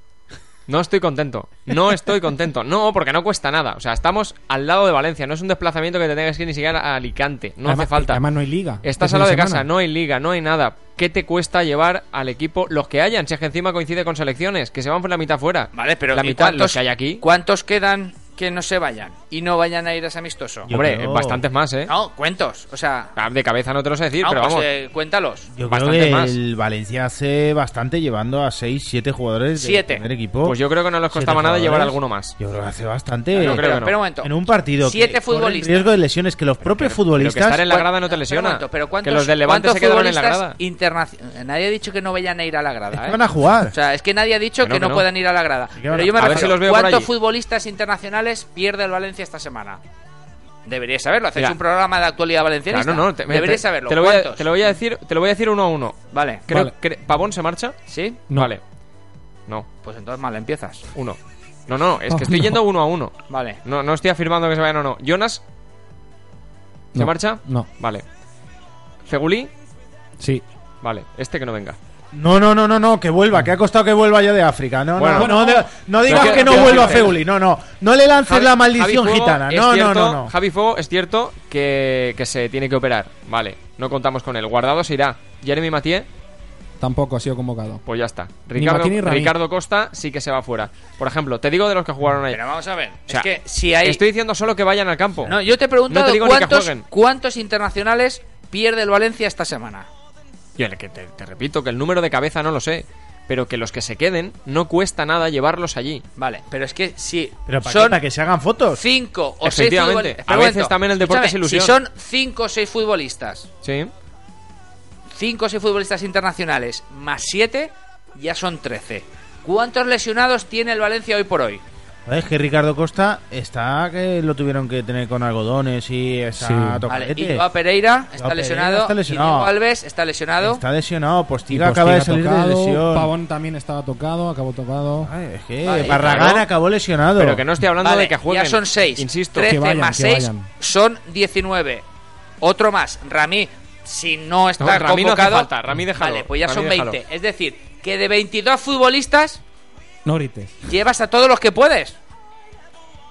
Speaker 4: No estoy contento. No estoy contento. No, porque no cuesta nada. O sea, estamos al lado de Valencia. No es un desplazamiento que te tengas que ir ni siquiera a Alicante. No
Speaker 1: Además-
Speaker 4: hace falta.
Speaker 1: Además, no hay liga.
Speaker 4: Estás
Speaker 1: Este
Speaker 4: al lado de
Speaker 1: fin
Speaker 4: casa,
Speaker 1: semana.
Speaker 4: no hay liga, no hay nada. ¿Qué te cuesta llevar al equipo los que hayan? Si es que encima coincide con selecciones, que se van por la mitad fuera.
Speaker 2: Vale, pero
Speaker 4: la
Speaker 2: ¿y
Speaker 4: mitad,
Speaker 2: cuántos-
Speaker 4: los que hay aquí.
Speaker 2: ¿Cuántos quedan que no se vayan y no vayan a ir a ese amistoso.
Speaker 3: Yo
Speaker 4: Hombre,
Speaker 3: creo-
Speaker 4: bastantes más, ¿eh?
Speaker 2: No, cuentos. O sea,
Speaker 4: Ah, De cabeza no te lo sé decir,
Speaker 2: no,
Speaker 4: pero
Speaker 2: pues,
Speaker 4: vamos.
Speaker 2: eh, cuéntalos.
Speaker 3: Yo creo
Speaker 4: Bastante
Speaker 3: que
Speaker 4: más.
Speaker 3: el Valencia hace bastante llevando a 6, 7 jugadores
Speaker 2: Siete.
Speaker 3: del primer equipo.
Speaker 4: Pues yo creo que no les
Speaker 3: Siete
Speaker 4: costaba nada llevar
Speaker 3: jugadores.
Speaker 4: alguno más.
Speaker 3: Yo creo que hace bastante.
Speaker 4: Yo
Speaker 2: No,
Speaker 4: creo
Speaker 2: pero,
Speaker 4: que no.
Speaker 2: espera un momento.
Speaker 3: En un partido. que
Speaker 2: Siete
Speaker 3: corre el
Speaker 2: futbolistas.
Speaker 3: riesgo de lesiones que los propios
Speaker 4: Pero que
Speaker 3: futbolistas.
Speaker 4: estar en la
Speaker 3: Bueno,
Speaker 4: grada no te lesiona.
Speaker 2: Espera un momento, pero
Speaker 4: que
Speaker 2: ¿cuántos,
Speaker 4: los del Levante se
Speaker 2: cuántos
Speaker 4: quedaron en la
Speaker 2: futbolistas
Speaker 4: grada.
Speaker 2: internacio- Nadie ha dicho que no vayan a ir a la grada.
Speaker 3: es que
Speaker 2: ¿eh?
Speaker 3: van a jugar.
Speaker 2: O sea, es que nadie ha dicho que
Speaker 4: Que no,
Speaker 2: no,
Speaker 4: que no.
Speaker 2: puedan ir a la grada.
Speaker 3: que van
Speaker 2: Pero
Speaker 3: a-
Speaker 2: yo me
Speaker 4: a ver
Speaker 2: refiero,
Speaker 4: si los veo por
Speaker 2: ¿cuántos
Speaker 4: allí?
Speaker 2: futbolistas internacionales pierde el Valencia esta semana? Deberíais saberlo. Hacéis
Speaker 4: Mira.
Speaker 2: un programa de actualidad valenciana.
Speaker 4: Claro, no, te, mira,
Speaker 2: Deberíais
Speaker 4: te-
Speaker 2: saberlo.
Speaker 4: Te lo, voy a,
Speaker 2: ¿Cuántos?
Speaker 4: te lo voy a decir, te lo voy a decir uno a uno.
Speaker 2: Vale.
Speaker 4: Creo
Speaker 1: Vale.
Speaker 4: que Pavón se marcha.
Speaker 2: ¿Sí?
Speaker 4: Vale. No,
Speaker 2: Pues entonces mal empiezas.
Speaker 4: uno. No, no, es que estoy yendo uno a uno.
Speaker 2: Vale.
Speaker 4: No, no estoy afirmando que se vayan o no. Jonas se
Speaker 1: No,
Speaker 4: marcha.
Speaker 1: No.
Speaker 4: Vale. Feguli,
Speaker 1: Sí.
Speaker 4: vale. Este que no venga.
Speaker 3: No, no, no, no, no, que vuelva, que ha costado que vuelva ya de África. No,
Speaker 4: Bueno.
Speaker 3: no, no, no, no digas
Speaker 4: Pero que-
Speaker 3: que no
Speaker 4: pero
Speaker 3: vuelva
Speaker 4: que-
Speaker 3: Feuli. No, no, no le lances
Speaker 4: Javi-
Speaker 3: la maldición
Speaker 4: Javi Fuego,
Speaker 3: gitana.
Speaker 4: es
Speaker 3: No,
Speaker 4: cierto-
Speaker 3: no, no, no.
Speaker 4: Javi Fuego es cierto que, que se tiene que operar. Vale, no contamos con él. Guardado se irá. Jeremy Mathieu,
Speaker 1: Tampoco ha sido convocado.
Speaker 4: pues ya está.
Speaker 1: Ni
Speaker 4: Ricardo,
Speaker 1: Martín ni Rami.
Speaker 4: Ricardo Costa sí que se va fuera. Por ejemplo, te digo de los que jugaron ayer.
Speaker 2: Pero vamos a ver.
Speaker 4: sea,
Speaker 2: es que si hay.
Speaker 4: Estoy diciendo solo que vayan al campo.
Speaker 2: No, yo te he preguntado
Speaker 4: No te digo ni que
Speaker 2: cuántos,
Speaker 4: jueguen.
Speaker 2: cuántos internacionales pierde el Valencia esta semana.
Speaker 4: Yo el que te, te repito que el número de cabeza no lo sé, pero que los que se queden no cuesta nada llevarlos allí.
Speaker 2: Vale. Pero es que si
Speaker 3: Pero para, qué?
Speaker 2: son
Speaker 3: ¿Para que se hagan fotos.
Speaker 2: cinco o seis
Speaker 4: Efectivamente.
Speaker 2: futbolistas.
Speaker 4: A
Speaker 2: Espera un
Speaker 4: veces
Speaker 2: momento.
Speaker 4: también el deporte es
Speaker 2: Escúchame,
Speaker 4: ilusión.
Speaker 2: Si son cinco o seis futbolistas.
Speaker 4: Sí.
Speaker 2: 5 o 6 futbolistas internacionales más 7, ya son 13. ¿Cuántos lesionados tiene el Valencia hoy por hoy?
Speaker 3: Es que Ricardo Costa está que lo tuvieron que tener con algodones y
Speaker 1: Sí.
Speaker 3: está
Speaker 1: Vale,
Speaker 2: Vale,
Speaker 3: tocadete.
Speaker 2: Iba Pereira está
Speaker 3: Pereira
Speaker 2: lesionado.
Speaker 3: está lesionado.
Speaker 2: Y Diego Alves está lesionado.
Speaker 3: Está lesionado, Postiga
Speaker 1: Y
Speaker 3: acaba de
Speaker 1: Postiga
Speaker 3: salir de
Speaker 1: tocado,
Speaker 3: lesión.
Speaker 1: Pavón también estaba tocado, acabó tocado.
Speaker 3: Ay, es que
Speaker 2: Vale,
Speaker 3: Barragán
Speaker 2: claro.
Speaker 3: acabó lesionado.
Speaker 4: Pero que no estoy hablando
Speaker 2: Vale,
Speaker 4: de que jueguen.
Speaker 2: Ya son 6.
Speaker 4: Insisto.
Speaker 2: 13
Speaker 1: Que vayan,
Speaker 2: más
Speaker 1: que
Speaker 2: 6
Speaker 1: vayan.
Speaker 2: son 19. Otro más, Rami. Si no está
Speaker 4: No, Rami no hace
Speaker 2: convocado.
Speaker 4: falta, Rami déjalo,
Speaker 2: Vale, pues ya
Speaker 4: Rami
Speaker 2: son
Speaker 4: déjalo.
Speaker 2: 20. Es decir, que de 22 futbolistas
Speaker 1: No grites.
Speaker 2: llevas a todos los que puedes.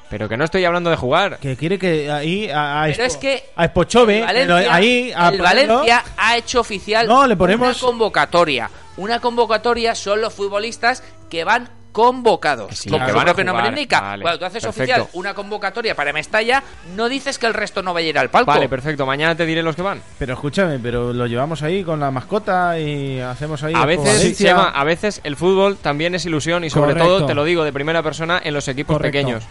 Speaker 4: Pero que no estoy hablando de jugar.
Speaker 3: Que quiere que ahí a, a
Speaker 2: Pero
Speaker 3: Espo-
Speaker 2: es que
Speaker 3: a Spochove,
Speaker 2: el Valencia,
Speaker 3: lo- ahí a
Speaker 2: el
Speaker 3: ponerlo.
Speaker 2: Valencia ha hecho oficial
Speaker 3: No, le ponemos-
Speaker 2: una convocatoria. Una convocatoria son los futbolistas que van convocados.
Speaker 4: Que sí,
Speaker 2: como
Speaker 4: que
Speaker 2: su
Speaker 4: van a
Speaker 2: propio nombre
Speaker 4: jugar.
Speaker 2: indica.
Speaker 4: Vale,
Speaker 2: Cuando tú haces
Speaker 4: perfecto.
Speaker 2: oficial una convocatoria para Mestalla, no dices que el resto no va a ir al palco.
Speaker 4: Vale, perfecto. Mañana te diré los que van.
Speaker 3: Pero escúchame, pero lo llevamos ahí con la mascota y hacemos ahí.
Speaker 4: A
Speaker 3: Expo
Speaker 4: veces,
Speaker 3: Valencia.
Speaker 4: Chema, a veces el fútbol también es ilusión y sobre
Speaker 1: Correcto.
Speaker 4: todo, te lo digo de primera persona, en los equipos
Speaker 1: Correcto.
Speaker 4: pequeños.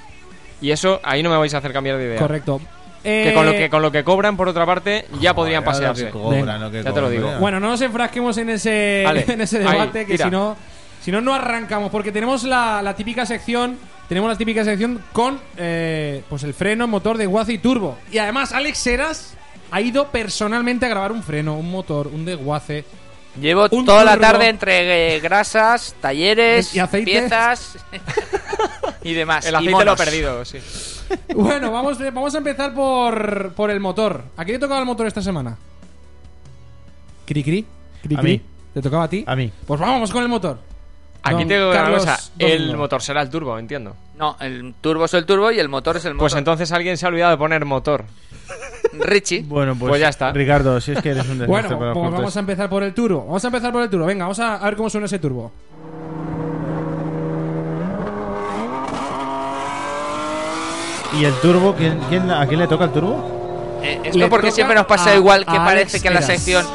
Speaker 4: Y eso, ahí no me vais a hacer cambiar de idea.
Speaker 1: Correcto. Eh,
Speaker 4: Que con lo que, con lo que cobran, por otra parte, ya podrían
Speaker 3: Joder, ahora
Speaker 4: pasearse.
Speaker 3: que cobran,
Speaker 1: Venga.
Speaker 3: lo que
Speaker 4: Ya te lo
Speaker 3: cobran.
Speaker 4: digo.
Speaker 1: Bueno, no nos enfrasquemos en ese,
Speaker 4: Vale,
Speaker 1: en ese
Speaker 4: ahí,
Speaker 1: debate, que
Speaker 4: tira.
Speaker 1: si no, si no, no arrancamos, porque tenemos la, la típica sección. Tenemos la típica sección con eh, pues el freno, motor de guace y turbo. Y además, Alex Seras ha ido personalmente a grabar un freno, un motor, un desguace.
Speaker 2: Llevo
Speaker 1: Un
Speaker 2: toda la
Speaker 1: turno.
Speaker 2: tarde entre eh, grasas, talleres,
Speaker 1: ¿Y aceites?
Speaker 2: piezas y demás.
Speaker 4: El
Speaker 2: y
Speaker 4: aceite lo ha
Speaker 2: monos.
Speaker 4: perdido, sí.
Speaker 1: Bueno, vamos, eh, vamos a empezar por, por el motor. ¿A quién le tocaba el motor esta semana? ¿Cri cri? ¿Cri
Speaker 3: A
Speaker 1: cri?
Speaker 3: mí.
Speaker 1: ¿Te tocaba a ti?
Speaker 3: A mí.
Speaker 1: Pues vamos con el motor.
Speaker 4: Aquí
Speaker 1: Don
Speaker 4: te digo una
Speaker 1: Carlos
Speaker 4: cosa. El
Speaker 1: Domingo.
Speaker 4: motor será el turbo, entiendo.
Speaker 2: No, el turbo es el turbo y el motor es el motor.
Speaker 4: Pues entonces alguien se ha olvidado de poner motor.
Speaker 2: Richie.
Speaker 3: Bueno, pues,
Speaker 4: Pues ya está.
Speaker 3: Ricardo, si es que eres un desastre
Speaker 1: Bueno,
Speaker 3: para
Speaker 1: pues
Speaker 3: los cortes.
Speaker 1: vamos a empezar por el turbo. Vamos a empezar por el turbo. Venga, vamos a, a ver cómo suena ese turbo.
Speaker 3: ¿Y el turbo? ¿Quién, quién- ¿A quién le toca el turbo?
Speaker 2: Eh,
Speaker 1: Le
Speaker 2: esto porque
Speaker 1: toca
Speaker 2: siempre nos pasa
Speaker 1: a-
Speaker 2: igual que
Speaker 1: a
Speaker 2: parece
Speaker 1: Alex
Speaker 2: que la
Speaker 1: Heras.
Speaker 2: sección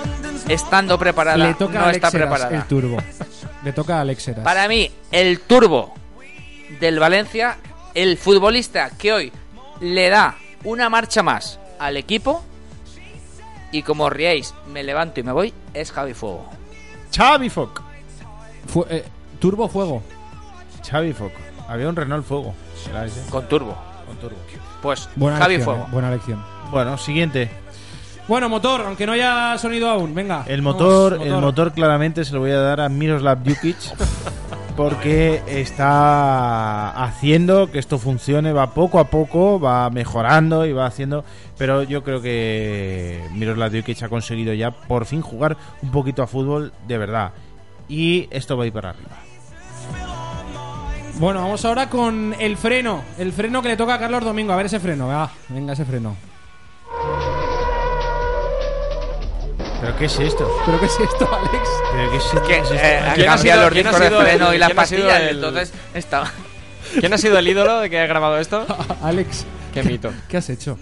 Speaker 2: estando preparada
Speaker 1: Le toca
Speaker 2: no
Speaker 1: a Alex
Speaker 2: está
Speaker 1: Heras
Speaker 2: preparada.
Speaker 1: el turbo. Le toca a Alex Heras.
Speaker 2: Para mí, el turbo del Valencia, el futbolista que hoy le da una marcha más al equipo y como os riéis, me levanto y me voy, es Javi Fuego.
Speaker 3: Xavi Foc.
Speaker 1: Fu- eh, turbo fuego.
Speaker 3: Xavi Foc. Había un Renault Fuego. Era ese,
Speaker 2: Con turbo.
Speaker 3: con turbo.
Speaker 2: Pues
Speaker 1: Buena
Speaker 2: Javi
Speaker 1: elección,
Speaker 2: Fuego.
Speaker 1: eh, buena elección.
Speaker 3: Bueno, siguiente.
Speaker 1: Bueno, motor, aunque no haya sonido aún. Venga.
Speaker 3: El
Speaker 1: vamos,
Speaker 3: motor, el motor claramente se lo voy a dar a Miroslav Djukic porque está haciendo que esto funcione, va poco a poco, va mejorando y va haciendo, pero yo creo que Miroslav Djukic ha conseguido ya por fin jugar un poquito a fútbol de verdad y esto va a ir para arriba.
Speaker 1: Bueno, vamos ahora con el freno. El freno que le toca a Carlos Domingo. A ver ese freno. Va, venga, ese freno.
Speaker 3: ¿Pero qué es esto?
Speaker 1: ¿Pero qué es esto, Alex?
Speaker 3: ¿Pero qué es esto?
Speaker 2: Que,
Speaker 3: ¿Qué es esto?
Speaker 2: eh, ha
Speaker 4: ¿Quién ha
Speaker 2: cambiado los
Speaker 4: sido- quién ha
Speaker 2: discos de
Speaker 4: sido
Speaker 2: freno
Speaker 4: el-
Speaker 2: y las
Speaker 4: quién ha sido
Speaker 2: pastillas,
Speaker 4: el-
Speaker 2: entonces estaba...
Speaker 4: ¿Quién ha sido el ídolo de que ha grabado esto?
Speaker 1: Alex,
Speaker 4: Qué mito.
Speaker 1: ¿qué has hecho?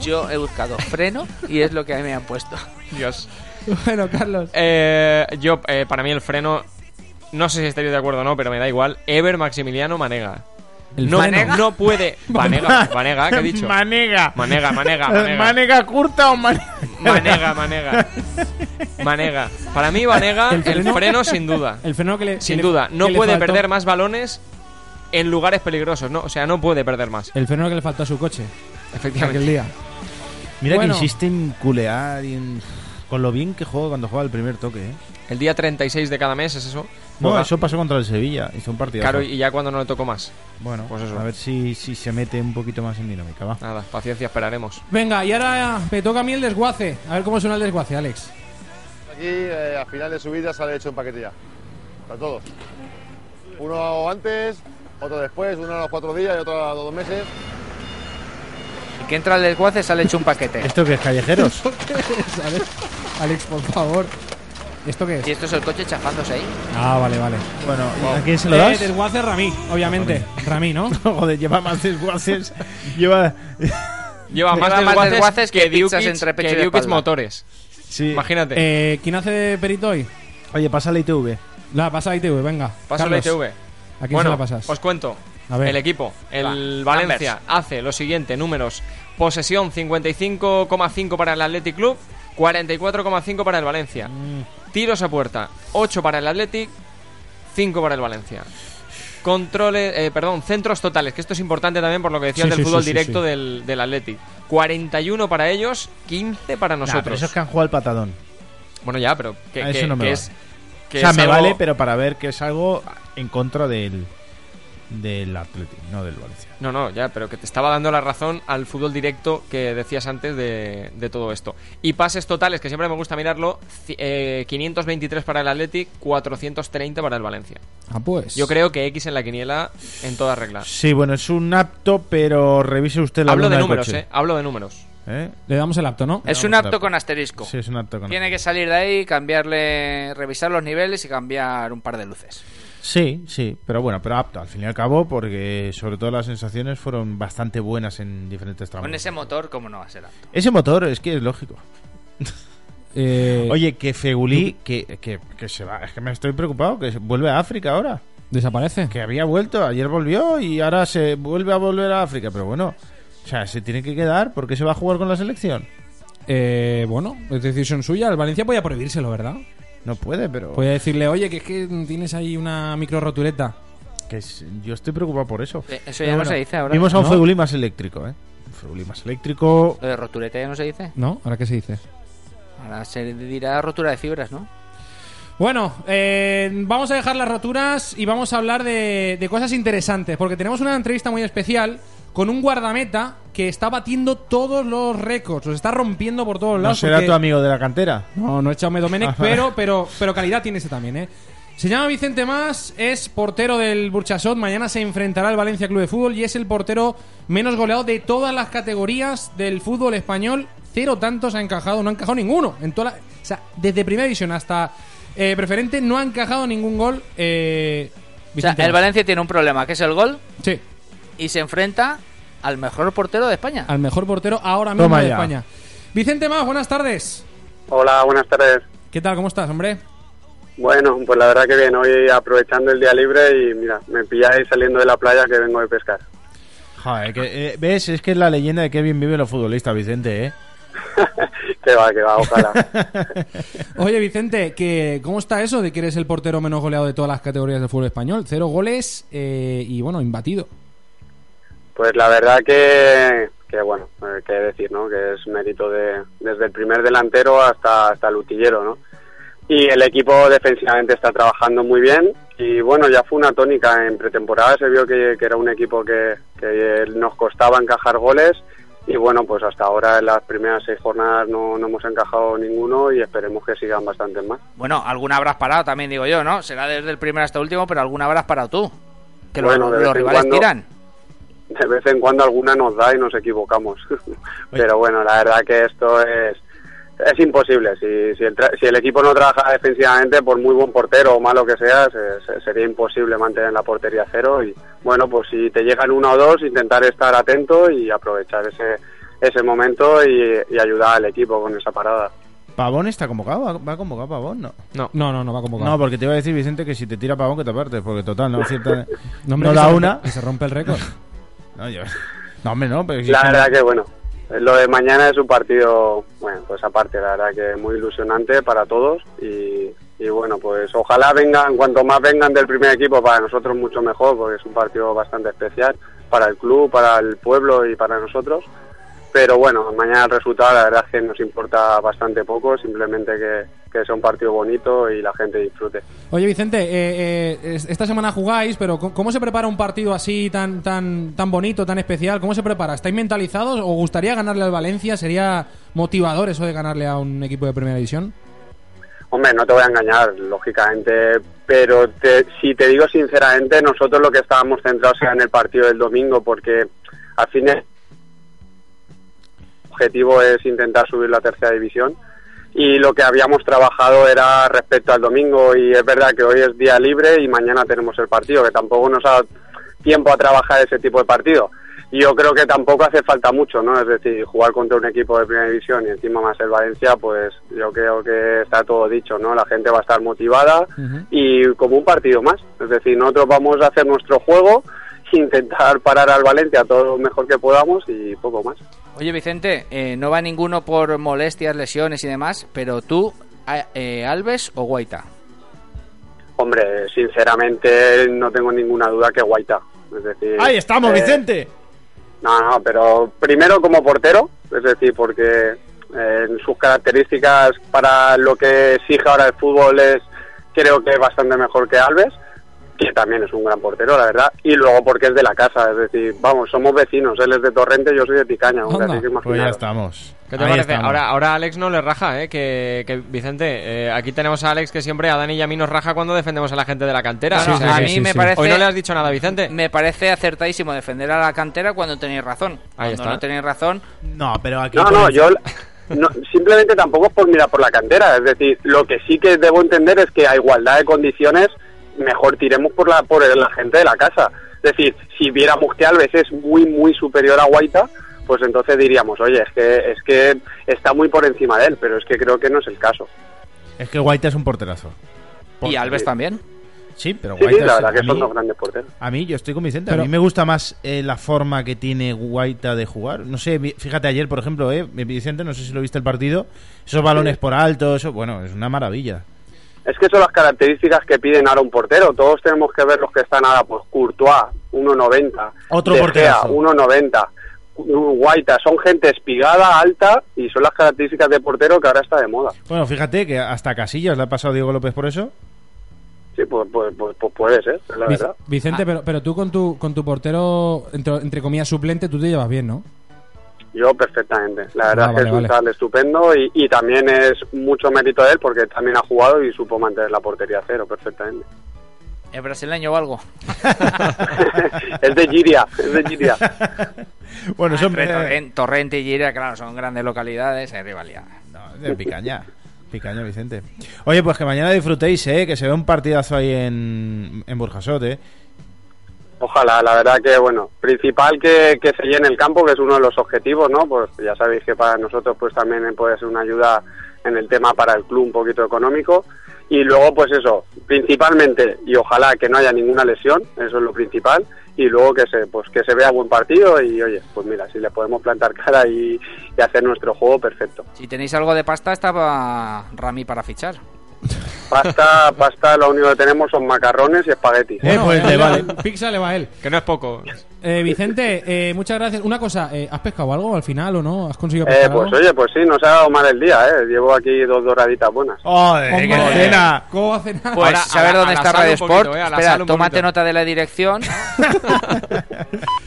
Speaker 2: Yo he buscado freno y es lo que me han puesto.
Speaker 4: Dios.
Speaker 1: Bueno, Carlos.
Speaker 4: Eh, yo, eh, para mí el freno, no sé si estaría de acuerdo o no, pero me da igual. Ever Maximiliano Manega.
Speaker 1: El
Speaker 4: no,
Speaker 1: freno.
Speaker 4: no puede. Manega, Manega, ¿qué he dicho?
Speaker 3: Manega.
Speaker 4: Manega, Manega,
Speaker 3: Manega.
Speaker 4: Manega.
Speaker 3: curta o manega.
Speaker 4: Manega, Manega. Manega. Para mí, Manega,
Speaker 1: El
Speaker 4: el
Speaker 1: freno-
Speaker 4: freno, sin duda.
Speaker 1: El freno que le.
Speaker 4: Sin
Speaker 1: que le-
Speaker 4: duda. No
Speaker 1: que le
Speaker 4: puede
Speaker 1: faltó-
Speaker 4: perder más balones en lugares peligrosos. No, o sea, no puede perder más.
Speaker 1: El freno que le faltó a su coche
Speaker 4: Efectivamente.
Speaker 1: aquel día.
Speaker 3: Mira
Speaker 1: Bueno.
Speaker 3: que insiste en culear y en. Con lo bien que juega cuando juega el primer toque, ¿eh?
Speaker 4: El día 36 de cada mes es eso.
Speaker 3: No,
Speaker 4: Juega.
Speaker 3: eso pasó contra el Sevilla. Hizo un partido.
Speaker 4: Claro, y ya cuando no le tocó más.
Speaker 3: Bueno,
Speaker 4: pues eso.
Speaker 3: a ver si, si se mete un poquito más en dinámica, va.
Speaker 4: Nada, paciencia, esperaremos.
Speaker 1: Venga, y ahora me toca a mí el desguace. A ver cómo suena el desguace, Alex.
Speaker 7: Aquí eh, a final de subida sale hecho en paquete ya. Para todos. Uno antes, otro después, uno a los cuatro días y otro a los dos meses.
Speaker 2: El que entra al desguace sale hecho un paquete.
Speaker 3: ¿Esto que es callejeros?
Speaker 1: Alex, Alex, por favor. ¿Esto qué
Speaker 2: Y
Speaker 1: es?
Speaker 2: esto es el coche chafándose ahí.
Speaker 1: Ah, vale, vale.
Speaker 3: bueno, ¿a quién se lo das?
Speaker 4: Eh,
Speaker 3: Ah,
Speaker 1: desguace Eh, Rami, obviamente. Rami, ¿no?
Speaker 3: Joder, lleva más desguaces. lleva.
Speaker 4: Lleva
Speaker 2: Lleva
Speaker 4: más
Speaker 2: más
Speaker 4: desguaces,
Speaker 2: desguaces que
Speaker 4: que
Speaker 2: pizzas
Speaker 4: Dukic,
Speaker 2: entre pecho y
Speaker 4: que Dukic
Speaker 2: espalda.
Speaker 4: motores.
Speaker 3: Sí.
Speaker 4: Imagínate.
Speaker 1: Eh, ¿Quién hace de perito hoy?
Speaker 3: Oye, pasa la ITV.
Speaker 1: La pasa a ITV, venga.
Speaker 4: Paso la
Speaker 1: Carlos,
Speaker 4: ITV.
Speaker 1: ¿A quién se
Speaker 4: bueno,
Speaker 1: la pasas?
Speaker 4: os cuento.
Speaker 1: A ver.
Speaker 4: El equipo, el
Speaker 2: Va,
Speaker 4: Valencia, hace lo siguiente, números. Posesión 55,5 para el Athletic Club, 44,5 para el Valencia.
Speaker 1: Mm.
Speaker 4: Tiros a puerta, 8 para el Athletic, 5 para el Valencia. Controles, eh, perdón, centros totales, que esto es importante también por lo que decía
Speaker 1: Sí,
Speaker 4: del
Speaker 1: sí,
Speaker 4: fútbol
Speaker 1: sí, sí,
Speaker 4: directo
Speaker 1: sí.
Speaker 4: Del, del Athletic. 41 para ellos, 15 para
Speaker 3: Nah, pero
Speaker 4: nosotros.
Speaker 3: esos que han jugado al patadón.
Speaker 4: Bueno, ya, pero que,
Speaker 3: Ah, eso
Speaker 4: que-
Speaker 3: no me
Speaker 4: que
Speaker 3: vale.
Speaker 4: es. que
Speaker 3: o sea,
Speaker 4: es
Speaker 3: me
Speaker 4: algo-
Speaker 3: vale, pero para ver que es algo en contra del. Del Atlético, no del Valencia.
Speaker 4: No, no, ya, pero que te estaba dando la razón al fútbol directo que decías antes de, de todo esto. Y pases totales, que siempre me gusta mirarlo, ci- eh, 523 para el Athletic, 430 para el Valencia.
Speaker 1: Ah, pues.
Speaker 4: Yo creo que X en la quiniela en toda regla.
Speaker 3: Sí, bueno, es un apto, pero revise usted la
Speaker 4: Hablo
Speaker 3: luna
Speaker 4: de
Speaker 3: del
Speaker 4: números,
Speaker 3: coche.
Speaker 4: eh. Hablo de números.
Speaker 3: ¿Eh?
Speaker 1: Le damos el apto, ¿no?
Speaker 2: Es un
Speaker 3: vamos a
Speaker 2: apto
Speaker 3: ver.
Speaker 2: con asterisco.
Speaker 3: Sí, es un apto. con-
Speaker 2: Tiene que salir de ahí, cambiarle, revisar los niveles y cambiar un par de luces.
Speaker 3: Sí, sí, pero bueno, pero apto al fin y al cabo, porque sobre todo las sensaciones fueron bastante buenas en diferentes tramos.
Speaker 2: Con ese motor, ¿cómo no va a ser apto?
Speaker 3: Ese motor es que es lógico.
Speaker 1: Eh,
Speaker 3: Oye, que Fegulí, que, que, que se va, es que me estoy preocupado, que se- vuelve a África ahora.
Speaker 1: ¿Desaparece?
Speaker 3: Que había vuelto, ayer volvió y ahora se vuelve a volver a África, pero bueno, o sea, se tiene que quedar porque se va a jugar con la selección.
Speaker 1: Eh, bueno, es decisión suya. El Valencia podía prohibírselo, ¿verdad?
Speaker 3: No puede,
Speaker 4: Oh.
Speaker 3: pero
Speaker 2: Pues-
Speaker 1: Podía decirle, oye, que es que tienes ahí una micro rotuleta.
Speaker 3: que es- yo estoy preocupado por eso.
Speaker 2: Eh, Eso ya no Pues,
Speaker 3: Pero bueno,
Speaker 2: se dice ahora.
Speaker 3: Vimos a un
Speaker 1: ¿no?
Speaker 3: Fegulí más eléctrico, ¿eh? Un Fegulí más eléctrico.
Speaker 2: Lo de rotureta ya no se dice.
Speaker 1: ¿No? ¿Ahora qué se dice?
Speaker 2: Ahora se dirá rotura de fibras, ¿no?
Speaker 1: Bueno, eh, vamos a dejar las roturas y vamos a hablar de, de cosas interesantes, porque tenemos una entrevista muy especial con un guardameta que está batiendo todos los récords, los está rompiendo por todos
Speaker 3: ¿No
Speaker 1: lados.
Speaker 3: será
Speaker 1: porque-
Speaker 3: tu amigo de la cantera?
Speaker 1: No, no es Chaume Domenech, pero, pero, pero calidad tiene ese también, ¿eh? Se llama Vicente Más, es portero del Burchasot, mañana se enfrentará al Valencia Club de Fútbol y es el portero menos goleado de todas las categorías del fútbol español. Cero tantos ha encajado, no ha encajado ninguno. En toda la- o sea, desde Primera División hasta eh, Preferente no ha encajado ningún gol. eh,
Speaker 2: O sea,
Speaker 1: Vicente
Speaker 2: el
Speaker 1: Mas.
Speaker 2: Valencia tiene un problema, que es el gol,
Speaker 1: Sí,
Speaker 2: y se enfrenta al mejor portero de España.
Speaker 1: al mejor portero ahora mismo
Speaker 3: Toma
Speaker 1: de
Speaker 3: ya.
Speaker 1: España. Vicente Más, buenas tardes.
Speaker 8: Hola, buenas tardes.
Speaker 1: ¿Qué tal? ¿Cómo estás, hombre?
Speaker 8: Bueno, pues la verdad que bien, hoy aprovechando el día libre y mira, me pilláis saliendo de la playa que vengo de pescar.
Speaker 3: Joder, que, eh, ¿ves? Es que es la leyenda de que bien viven los futbolistas, Vicente, ¿eh?
Speaker 8: que va, que va, ojalá.
Speaker 1: Oye, Vicente, que ¿cómo está eso de que eres el portero menos goleado de todas las categorías del fútbol español? Cero goles eh, y, bueno, imbatido.
Speaker 8: Pues la verdad que, que bueno, eh, qué decir, ¿no? Que es mérito de, desde el primer delantero hasta, hasta el utillero, ¿no? Y el equipo defensivamente está trabajando muy bien y bueno, ya fue una tónica. En pretemporada se vio que, que era un equipo que, que nos costaba encajar goles y bueno, pues hasta ahora en las primeras seis jornadas no, no hemos encajado ninguno y esperemos que sigan bastantes más.
Speaker 2: Bueno, alguna habrás parado también, digo yo, ¿no? Será desde el primero hasta el último, pero alguna habrás parado tú. Que lo-
Speaker 8: Bueno, de vez
Speaker 2: los
Speaker 8: en
Speaker 2: rivales
Speaker 8: cuando-
Speaker 2: tiran.
Speaker 8: de vez en cuando alguna nos da y nos equivocamos. Pero bueno, la verdad que esto es es imposible. Si, si, el tra- si el equipo no trabaja defensivamente, por muy buen portero o malo que sea, se- se- sería imposible mantener la portería a cero. Y bueno, pues si te llegan uno o dos, intentar estar atento y aprovechar ese, ese momento y, y ayudar al equipo con esa parada.
Speaker 3: ¿Pavón está convocado? ¿Va- ¿Va convocado Pavón? No.
Speaker 4: No.
Speaker 1: No, no, no va a convocar.
Speaker 3: No, porque te iba a decir, Vicente, que si te tira Pavón, que te apartes. Porque total, no acierta.
Speaker 1: No,
Speaker 3: no,
Speaker 1: hombre, que
Speaker 3: la
Speaker 1: se rompe-
Speaker 3: una.
Speaker 1: que se rompe el récord.
Speaker 3: No, yo- no, hombre, no. Pero si
Speaker 8: La
Speaker 3: es que-
Speaker 8: verdad que bueno, lo de mañana es un partido, bueno, pues aparte, la verdad que muy ilusionante para todos y, y bueno, pues ojalá vengan, cuanto más vengan del primer equipo, para nosotros mucho mejor, porque es un partido bastante especial para el club, para el pueblo y para nosotros. Pero bueno, mañana el resultado la verdad es que nos importa bastante poco, simplemente que, que sea un partido bonito y la gente disfrute.
Speaker 1: Oye, Vicente, eh, eh, es- esta semana jugáis, pero ¿cómo- ¿cómo se prepara un partido así tan, tan, tan bonito, tan especial? ¿Cómo se prepara? ¿Estáis mentalizados o gustaría ganarle al Valencia? ¿Sería motivador eso de ganarle a un equipo de primera división?
Speaker 8: Hombre, no te voy a engañar, lógicamente, pero te- si te digo sinceramente, nosotros lo que estábamos centrados era en el partido del domingo, porque al fin el objetivo es intentar subir la tercera división y lo que habíamos trabajado era respecto al domingo y es verdad que hoy es día libre y mañana tenemos el partido, que tampoco nos ha dado tiempo a trabajar ese tipo de partido. Y Yo creo que tampoco hace falta mucho, ¿no? Es decir, jugar contra un equipo de primera división y encima más el Valencia, pues yo creo que está todo dicho, ¿no? La gente va a estar motivada y como un partido más. Es decir, nosotros vamos a hacer nuestro juego, intentar parar al Valencia todo lo mejor que podamos y poco más.
Speaker 2: Oye, Vicente, eh, no va ninguno por molestias, lesiones y demás, pero tú, a- eh, Alves o Guaita.
Speaker 8: Hombre, sinceramente no tengo ninguna duda que Guaita. Es decir,
Speaker 3: ¡Ahí estamos,
Speaker 8: eh,
Speaker 3: Vicente!
Speaker 8: No, no, pero primero como portero, es decir, porque eh, en sus características para lo que exige ahora el fútbol es, creo que bastante mejor que Alves, que también es un gran portero, la verdad, y luego porque es de la casa, es decir, vamos, somos vecinos, él es de Torrente, yo soy de Picaña, hombre,
Speaker 1: Anda,
Speaker 8: así que
Speaker 3: Pues ya
Speaker 8: imaginaros.
Speaker 3: estamos.
Speaker 4: ¿Qué te
Speaker 3: Ahí
Speaker 4: parece?
Speaker 3: estamos.
Speaker 4: Ahora, ahora Alex no le raja, ¿eh? Que, que, Vicente, eh, aquí tenemos a Alex que siempre a Dani y a mí nos raja cuando defendemos a la gente de la cantera.
Speaker 2: No, no,
Speaker 4: O sea,
Speaker 2: a
Speaker 4: que
Speaker 2: mí me
Speaker 3: sí.
Speaker 2: parece...
Speaker 4: Hoy no le has dicho nada, Vicente.
Speaker 2: Me parece acertadísimo defender a la cantera cuando tenéis razón.
Speaker 4: Ahí
Speaker 2: cuando
Speaker 4: está.
Speaker 2: no tenéis razón,
Speaker 3: No, pero aquí.
Speaker 8: No, no, yo no, simplemente tampoco es por mirar por la cantera, es decir, lo que sí que debo entender es que a igualdad de condiciones mejor tiremos por la por la gente de la casa. Es decir, si viéramos que Alves es muy muy superior a Guaita, pues entonces diríamos, "Oye, es que es que está muy por encima de él", pero es que creo que no es el caso.
Speaker 3: Es que Guaita es un porterazo.
Speaker 2: y Alves también.
Speaker 3: Sí, pero
Speaker 8: Sí, sí,
Speaker 3: Guaita
Speaker 8: la
Speaker 3: es-
Speaker 8: verdad
Speaker 3: a
Speaker 8: que son
Speaker 3: mí-
Speaker 8: dos grandes porteros.
Speaker 3: A mí, yo estoy con Vicente.
Speaker 1: Pero-
Speaker 3: A mí me gusta más eh, la forma que tiene Guaita de jugar. No sé, vi- fíjate ayer, por ejemplo, eh, Vicente, no sé si lo viste el partido. Esos balones por alto, eso, bueno, es una maravilla.
Speaker 8: Es que son las características que piden ahora un portero. Todos tenemos que ver los que están ahora, pues Courtois, 1.90.
Speaker 3: Otro
Speaker 8: De Gea,
Speaker 3: porterazo.
Speaker 8: 1.90. Guaita, son gente espigada, alta y son las características de portero que ahora está de moda.
Speaker 3: Bueno, fíjate que hasta Casillas le ha pasado Diego López por eso.
Speaker 8: Sí, pues, pues, pues, pues puede ser, es la
Speaker 1: Vic-
Speaker 8: verdad.
Speaker 1: Vicente, pero, pero tú con tu, con tu portero, entre, entre comillas, suplente, tú te llevas bien, ¿no?
Speaker 8: Yo perfectamente. La
Speaker 1: Ah,
Speaker 8: verdad
Speaker 1: vale,
Speaker 8: que es un
Speaker 1: vale.
Speaker 8: tal estupendo y, y también es mucho mérito de él porque también ha jugado y supo mantener la portería a cero perfectamente.
Speaker 2: ¿Es brasileño o algo?
Speaker 8: es de Giria, es de Giria.
Speaker 3: Bueno, eso
Speaker 2: Entre Ah, Torren- Torrente y Gira, claro, son grandes localidades, hay rivalidad.
Speaker 3: No, es de picaña. Picaña, Vicente. Oye, pues que mañana disfrutéis, ¿eh? Que se ve un partidazo ahí en, en Burjasot, ¿eh?
Speaker 8: Ojalá, la verdad que, bueno, principal que, que se llene el campo, que es uno de los objetivos, ¿no? Pues ya sabéis que para nosotros pues también puede ser una ayuda en el tema para el club un poquito económico. Y luego, pues eso, principalmente, y ojalá que no haya ninguna lesión, eso es lo principal, y luego que se, pues, que se vea buen partido y, oye, pues mira, si le podemos plantar cara y, y hacer nuestro juego, perfecto.
Speaker 2: Si tenéis algo de pasta, estaba Rami para fichar.
Speaker 8: Pasta, pasta, lo único que tenemos son macarrones y espaguetis.
Speaker 3: Eh, pues le vale.
Speaker 1: Pizza le va a él.
Speaker 4: Que no es poco.
Speaker 1: Eh, Vicente, eh, muchas gracias. Una cosa, eh, ¿has pescado algo al final o no? ¿Has conseguido pescar
Speaker 8: Eh, pues
Speaker 1: algo?
Speaker 8: oye, pues sí, no se ha dado mal el día, ¿eh? Llevo aquí dos doraditas buenas.
Speaker 3: ¡Joder,
Speaker 1: Hombre,
Speaker 3: qué eh, cena!
Speaker 1: ¿Cómo va a cenar?
Speaker 2: Pues
Speaker 4: Ahora,
Speaker 2: saber
Speaker 4: a la-
Speaker 2: dónde
Speaker 4: a la
Speaker 2: está
Speaker 4: sal un
Speaker 2: Radio
Speaker 4: poquito,
Speaker 2: Sport.
Speaker 4: eh, a la sal
Speaker 2: Espera,
Speaker 4: un
Speaker 2: tómate
Speaker 4: poquito.
Speaker 2: nota de la dirección.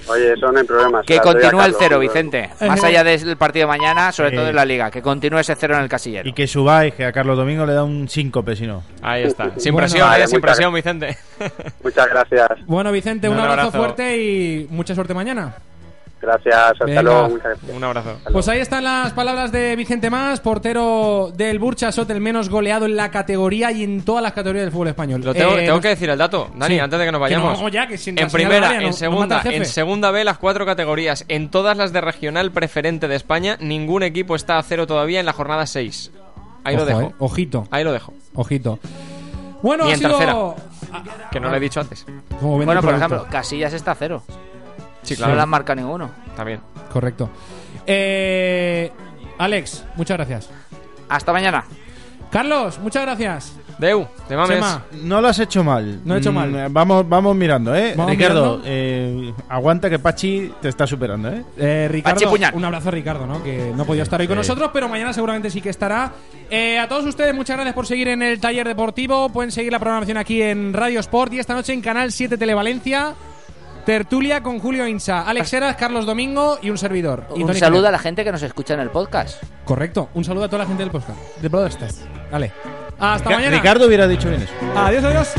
Speaker 8: Oye, eso no hay problema. se
Speaker 2: Que
Speaker 8: la doy a
Speaker 2: continúe el
Speaker 8: Carlos,
Speaker 2: cero,
Speaker 8: ¿no?
Speaker 2: Vicente. Más allá del partido de mañana, sobre
Speaker 3: Sí.
Speaker 2: todo en la liga. Que continúe ese cero en el casillero.
Speaker 3: Y que subáis, que a Carlos Domingo le da un síncope, si no.
Speaker 4: Ahí está. Sin
Speaker 1: Bueno,
Speaker 4: presión,
Speaker 8: vale,
Speaker 4: eh, sin
Speaker 8: muy tarde.
Speaker 4: presión, Vicente.
Speaker 8: Muchas gracias.
Speaker 1: Bueno, Vicente,
Speaker 4: Un
Speaker 1: un abrazo,
Speaker 4: abrazo.
Speaker 1: fuerte y mucha suerte mañana.
Speaker 8: Gracias, hasta
Speaker 1: Venga.
Speaker 8: luego. Muchas gracias.
Speaker 4: Un abrazo.
Speaker 1: Pues ahí están las palabras de Vicente Más, portero del Burcha Sot, el menos goleado en la categoría y en todas las categorías del fútbol español.
Speaker 4: Lo tengo,
Speaker 1: Eh,
Speaker 4: tengo
Speaker 1: nos-
Speaker 4: que decir el dato, Dani,
Speaker 1: Sí.
Speaker 4: antes de que nos
Speaker 1: Que nos
Speaker 4: vayamos.
Speaker 1: vamos ya, que si la
Speaker 4: en
Speaker 1: señora
Speaker 4: primera,
Speaker 1: Galia no-
Speaker 4: en
Speaker 1: nos mata
Speaker 4: segunda,
Speaker 1: el jefe.
Speaker 4: en segunda B las cuatro categorías. En todas las de regional preferente de España, ningún equipo está a cero todavía en la jornada 6. Ahí lo
Speaker 1: Ojo,
Speaker 4: dejo.
Speaker 1: eh, Ojito,
Speaker 4: Ahí lo dejo.
Speaker 1: ojito. Bueno,
Speaker 4: Ni
Speaker 1: ha
Speaker 4: en
Speaker 1: sido...
Speaker 4: Que no lo he dicho antes.
Speaker 1: Como vende
Speaker 2: Bueno,
Speaker 1: el
Speaker 2: por
Speaker 1: producto.
Speaker 2: ejemplo, Casillas está a cero.
Speaker 4: Sí,
Speaker 2: No le
Speaker 4: claro.
Speaker 2: han marcado ninguno.
Speaker 4: También.
Speaker 1: Correcto. Eh, Alex, muchas gracias.
Speaker 2: Hasta mañana.
Speaker 1: Carlos, muchas gracias.
Speaker 4: Deu, te mames.
Speaker 1: Chema.
Speaker 3: No lo has hecho mal.
Speaker 1: No he hecho
Speaker 3: Mm,
Speaker 1: mal.
Speaker 3: Vamos, vamos mirando, ¿eh?
Speaker 1: Vamos
Speaker 3: Ricardo,
Speaker 1: mirando.
Speaker 3: eh, aguanta que Pachi te está superando, ¿eh?
Speaker 1: Eh,
Speaker 2: Pachi
Speaker 1: Ricardo,
Speaker 2: Puñal.
Speaker 1: un abrazo a Ricardo, ¿no? que no ha podido estar hoy con
Speaker 3: Sí.
Speaker 1: nosotros, pero mañana seguramente sí que estará. Eh, a todos ustedes, muchas gracias por seguir en el taller deportivo. Pueden seguir la programación aquí en Radio Sport y esta noche en Canal 7 Televalencia. Tertulia con Julio Insa, Alex Heras, Carlos Domingo y un servidor. Y
Speaker 2: Ah. Un
Speaker 1: Tony
Speaker 2: saludo a
Speaker 1: Jiménez.
Speaker 2: la gente que nos escucha en el podcast.
Speaker 1: Correcto, un saludo a toda la gente del podcast. De podcast. Vale. Hasta
Speaker 3: Ca-
Speaker 1: mañana.
Speaker 3: Ricardo hubiera dicho bien eso.
Speaker 1: Adiós, adiós.